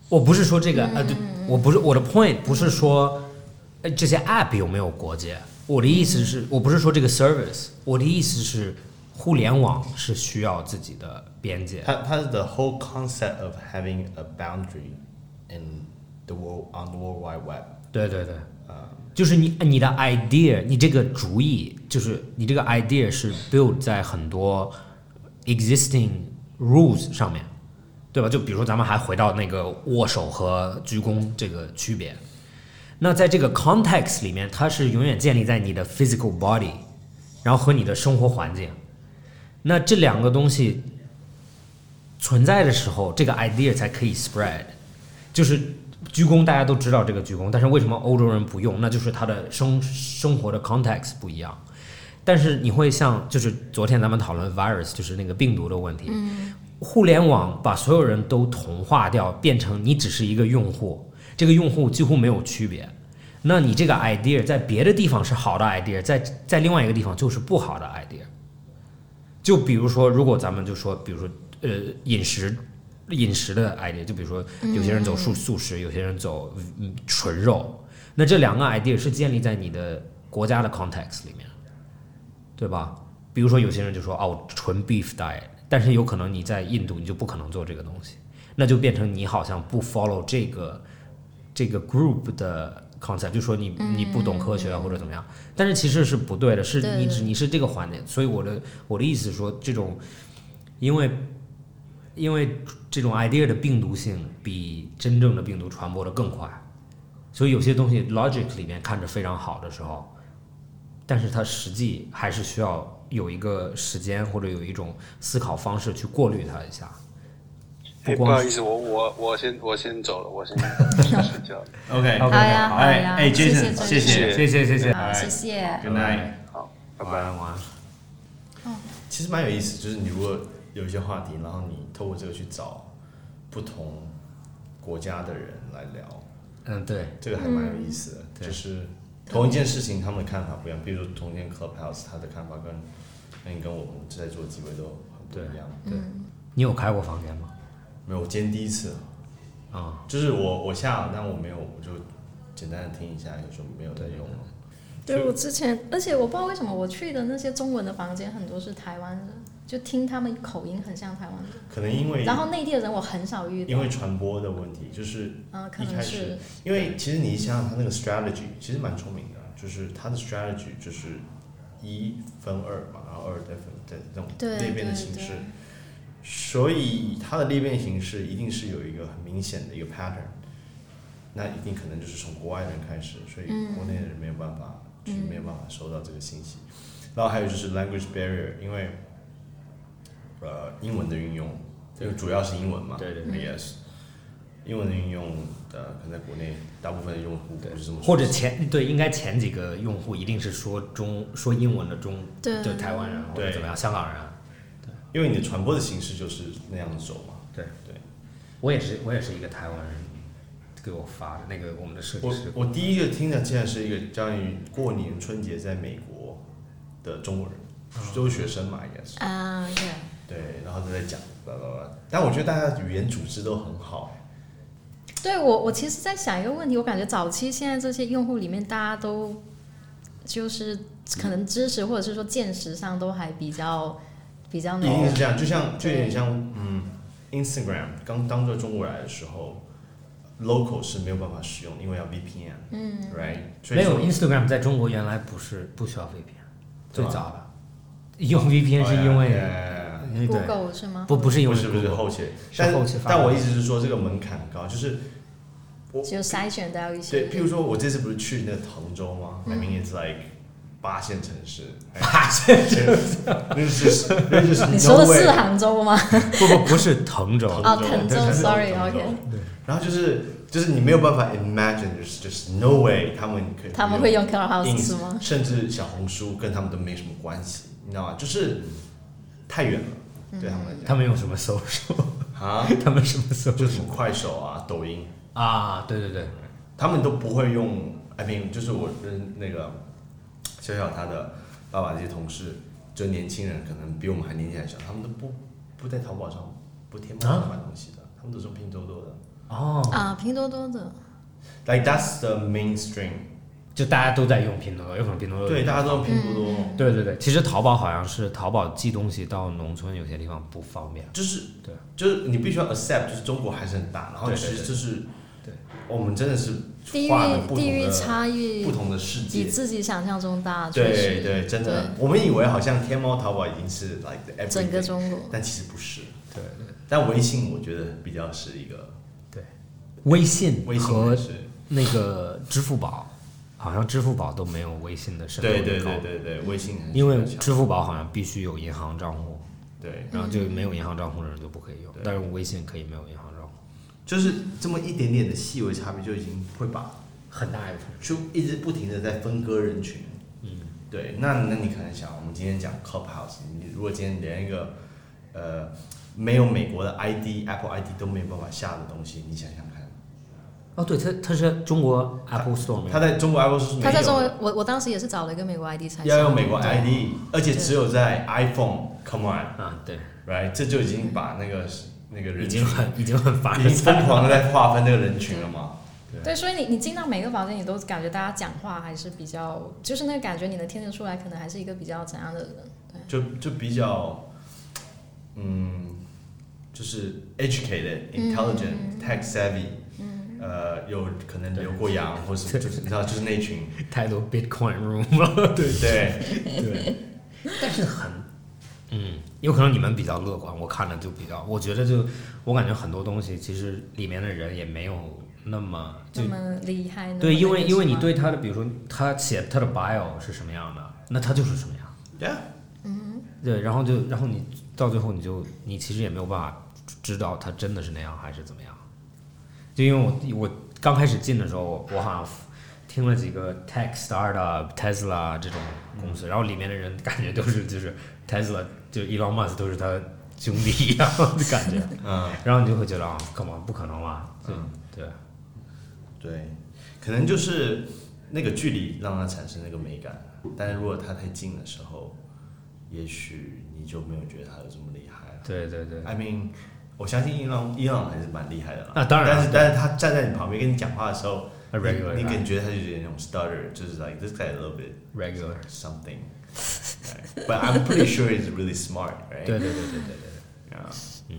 我不是说这个，呃，对，我不是我的 point 不是说，呃，这些 app 有没有国界？我的意思是，我不是说这个 service，我的意思是，互联网是需要自己的边界。它它 the whole concept of having a boundary in the world on the world wide web。对对对，就是你你的 idea，你这个主意，就是你这个 idea 是 build 在很多 existing rules 上面，对吧？就比如说咱们还回到那个握手和鞠躬这个区别，那在这个 context 里面，它是永远建立在你的 physical body，然后和你的生活环境，那这两个东西存在的时候，这个 idea 才可以 spread。就是鞠躬，大家都知道这个鞠躬，但是为什么欧洲人不用？那就是他的生生活的 context 不一样。但是你会像，就是昨天咱们讨论 virus，就是那个病毒的问题。互联网把所有人都同化掉，变成你只是一个用户，这个用户几乎没有区别。那你这个 idea 在别的地方是好的 idea，在在另外一个地方就是不好的 idea。就比如说，如果咱们就说，比如说，呃，饮食饮食的 idea，就比如说，有些人走素素食，有些人走嗯纯肉，那这两个 idea 是建立在你的国家的 context 里面，对吧？比如说，有些人就说哦，纯 beef diet，但是有可能你在印度你就不可能做这个东西，那就变成你好像不 follow 这个这个 group 的 concept，就说你你不懂科学啊或者怎么样，但是其实是不对的，是对你对只你是这个环节，所以我的我的意思是说，这种因为因为这种 idea 的病毒性比真正的病毒传播的更快，所以有些东西 logic 里面看着非常好的时候，但是它实际还是需要有一个时间或者有一种思考方式去过滤它一下。哎，不不好光意是思，我我我先我先走了，我先去睡觉了。 OK，好好呀，好呀，哎谢，Jason，谢谢哎谢谢谢谢谢，好，谢谢。 Good night，好，拜晚拜。安晚安。其实蛮有意思，就是你如果有一些话题，然后你透过这个去找不同国家的人来聊，嗯，对，这个还蛮有意思的。对就是同一件事情，他们的看法不一样。比如说同一件 Clubhouse，他的看法跟跟跟我们在座几位都很不一样。你有开过房间吗？没有，我今天第一次，啊、就是我我下了，但我没有，我就简单的听一下，有时候没有在用了。对我之前，而且我不知道为什么我去的那些中文的房间很多是台湾人，就听他们口音很像台湾人。可能因为然后内地的人我很少遇因到为，传播的问题，就是嗯、可一能开是始因为其实你想想他那个 strategy，其实蛮聪明的，啊就是他的 strategy 就是一分二嘛，然后二再分再这种对裂变的对形对式，所以它的裂变形式一定是有一个很明显的一个 pattern，那一定可能就是从国外人开始，所以嗯国内的人没有办法，就是没有办法收到这个信息。然后还有就是 language barrier，因为呃英文的运用，因为主要是英文嘛，对对对，yes。英文的运用，呃，可能在国内大部分的用户不是这么说，或者前对，应该前几个用户一定是说中说英文的中，对就台湾人或者对怎么样，香港人。啊因为你的传播的形式就是那样走嘛。对对，我也是，我也是一个台湾人给我发的那个我们的设计我师，我第一个听的竟然是一个关于过年春节在美国的中国人，啊都是学生嘛，应该是啊，对、对，然后他在讲，巴拉巴拉。但我觉得大家语言组织都很好，对我，我其实在想一个问题，我感觉早期现在这些用户里面，大家都就是可能知识或者是说见识上都还比较比较一那定个是这样，就像就有点对像嗯，Instagram 刚当做中国来的时候，local 是没有办法使用，因为要 VPN，嗯，right，所以没有说 Instagram 在中国原来不是不需要 VPN，对最吧早的用 VPN 是因哎呀为哎呀哎呀因为对， Google 是吗？不不是因不为是不是 Google 后期，是但后期发但展我意思是说这个门槛很高，就是我就筛选到一些对，譬如说我这次不是去那个滕州吗？I mean 嗯 it's like 八线城 市，发现那是那就是你说的 no way 是杭州吗？不不不是滕州，哦滕州对对对 sorry，滕州 OK 然后就是就是你没有办法 imagine，就是就是 no way 他们可以他们会用用 Clubhouse 是吗？甚至小红书跟他们都没什么关系，你知道吗？就是太远嗯了，对他们来他们用什么搜索？讲啊，他们什么搜就是什么快手啊、抖音，啊？对对对，他们都不会用。I mean，就是我跟那个小小他的爸爸这些同事，就年轻人，可能比我们还年纪还小，他们都不不在淘宝上、不天猫啊上买东西的，他们都是用拼多多的。哦，啊，拼多多的 Like that's the mainstream，就大家都在用拼多多，有可能拼多多对，大家都用拼多多。嗯对对对，其实淘宝好像是淘宝寄东西到农村有些地方不方便。就是对，就是你必须要 accept，就是中国还是很大，然后对对其实对就是，对我们真的是地跨了域不地同域的差不异同的世界，比自己想象中大，确对实对，真的，我们以为好像天猫、淘宝已经是 like the 对 everything，整个中国但其实不是，对对，但微信我觉得比较是一个微信微信和还是，那个支付宝，好像支付宝都没有微信的渗透率对高。对对对对，微信还是因为比较强支付宝好像必须有银行账户，对，然后就没有银行账户的人就不可以用，但是微信可以没有银行账户，就是这么一点点的细微差别就已经会把很大一部分。就一直不停的在分割人群。嗯，对，那那你可能想，我们今天讲 Clubhouse，你如果今天连一个呃没有美国的 ID、Apple ID 都没有办法下的东西，你想想看，哦，对，它它是中国 Apple Store 没它有，在中国 Apple 是没有他的在中国，我我当时也是找了一个美国 ID 才要用上美国 ID，而且只有在 iPhone。Come 啊，对， on，right？这就已经把那个那个已人群经很已经很发已经散疯狂的在划分这个人群了嘛？对，所以你你进到每个房间，你都感觉大家讲话还是比较，就是那个感觉，你能听得出来，可能还是一个比较怎样的人。就就比较，嗯，就是 educated、intelligent、tech 嗯 savvy，呃，有可能留过洋，或是就是你知道，就是那群，太多 Bitcoin room 了， 对对，对，但是很，嗯，有可能你们比较乐观，我看着就比较，我觉得就我感觉很多东西其实里面的人也没有那么就那么厉害呢？对，因为那个因为是你吗对他的，比如说他写他的 bio 是什么样的，那他就是什么样。 yeah，对，然后就然后你到最后你就你其实也没有办法知道他真的是那样还是怎么样，就因为我我刚开始进的时候，我我好像听了几个 tech startup、Tesla 这种公嗯司，然后里面的人感觉都是就是 Tesla 就 Elon Musk 都是他兄弟一样的感觉，嗯，然后你就会觉得啊，干嘛不可能嘛，对、嗯对，对，可能就是那个距离让它产生那个美感，啊但是如果它太近的时候，也许你就没有觉得它有这么厉害了。对对对， I mean，我相信伊朗伊朗还是蛮厉害的啦。那啊当然但是但是他站在你旁边跟你讲话的时候， A regular 啊你你 guy 感觉他就有点那种 stutter，就是 like this guy a little bit regular， something。right? But I'm pretty sure he's really smart, right? 对对对对对对。 Yeah.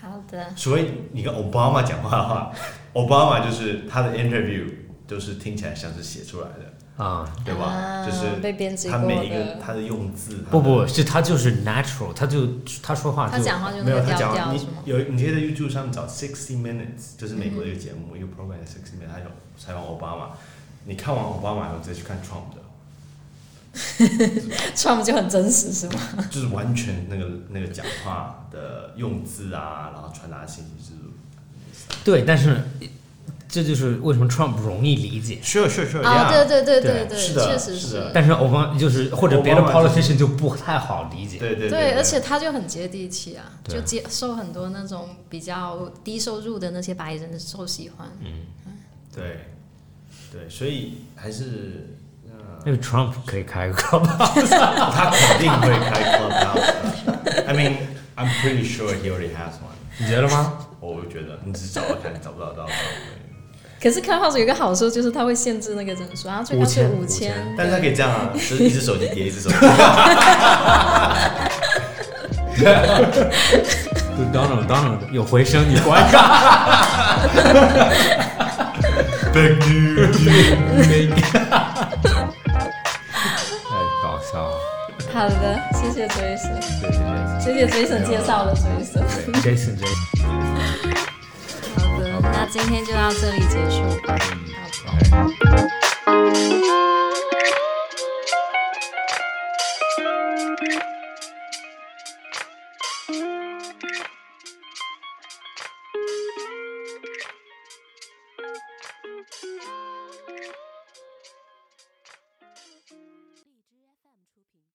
好的，除非你跟奥巴马讲话的话，奥巴马就是他的 interview 就是听起来像是写出来的，啊、对吧？啊就是被编辑他过每一个的他的用字，不他的不是他就是 natural，他就他说话他就讲话就没那有个他调讲调你是吗？ 有你可以在 YouTube 上找 Sixty Minutes，就是美国嗯的一个节目，一个 program 叫 Sixty Minutes，它有采访奥巴马。你看完奥巴马以后再去看 Trump 的， Trump 就很真实是吗？就是完全那个那个讲话的用字啊，然后传达信息对，但是这就是为什么 Trump 不容易理解，就是。Sure, sure, sure. 啊，对对对对对，是的确实是的但是欧巴就是或者别的欧巴马就是 politician 就不太好理解。对对对，而且他就很接地气啊，对就接受很多那种比较低收入的那些白人受喜欢。嗯对对，所以还是那个 Trump 可以开个课吧？他肯定会开 Clubhouse 的。I mean, I'm pretty sure he already has one. 你觉得吗？我觉得你只是找找看，找不找得到。可是 Clubhouse 有一个好处就是它会限制那个人数，然后最高是5000五千。但是他可以这样啊，就是一只手机叠一只手机。就 Donald Donald 有回声，你关上。Thank you, thank you. 太搞笑了，好的，谢谢 Jason，对对谢谢 Jason 介绍了 Jason。对对，Jason Jason。好的，那今天就到这里结束。 Okay.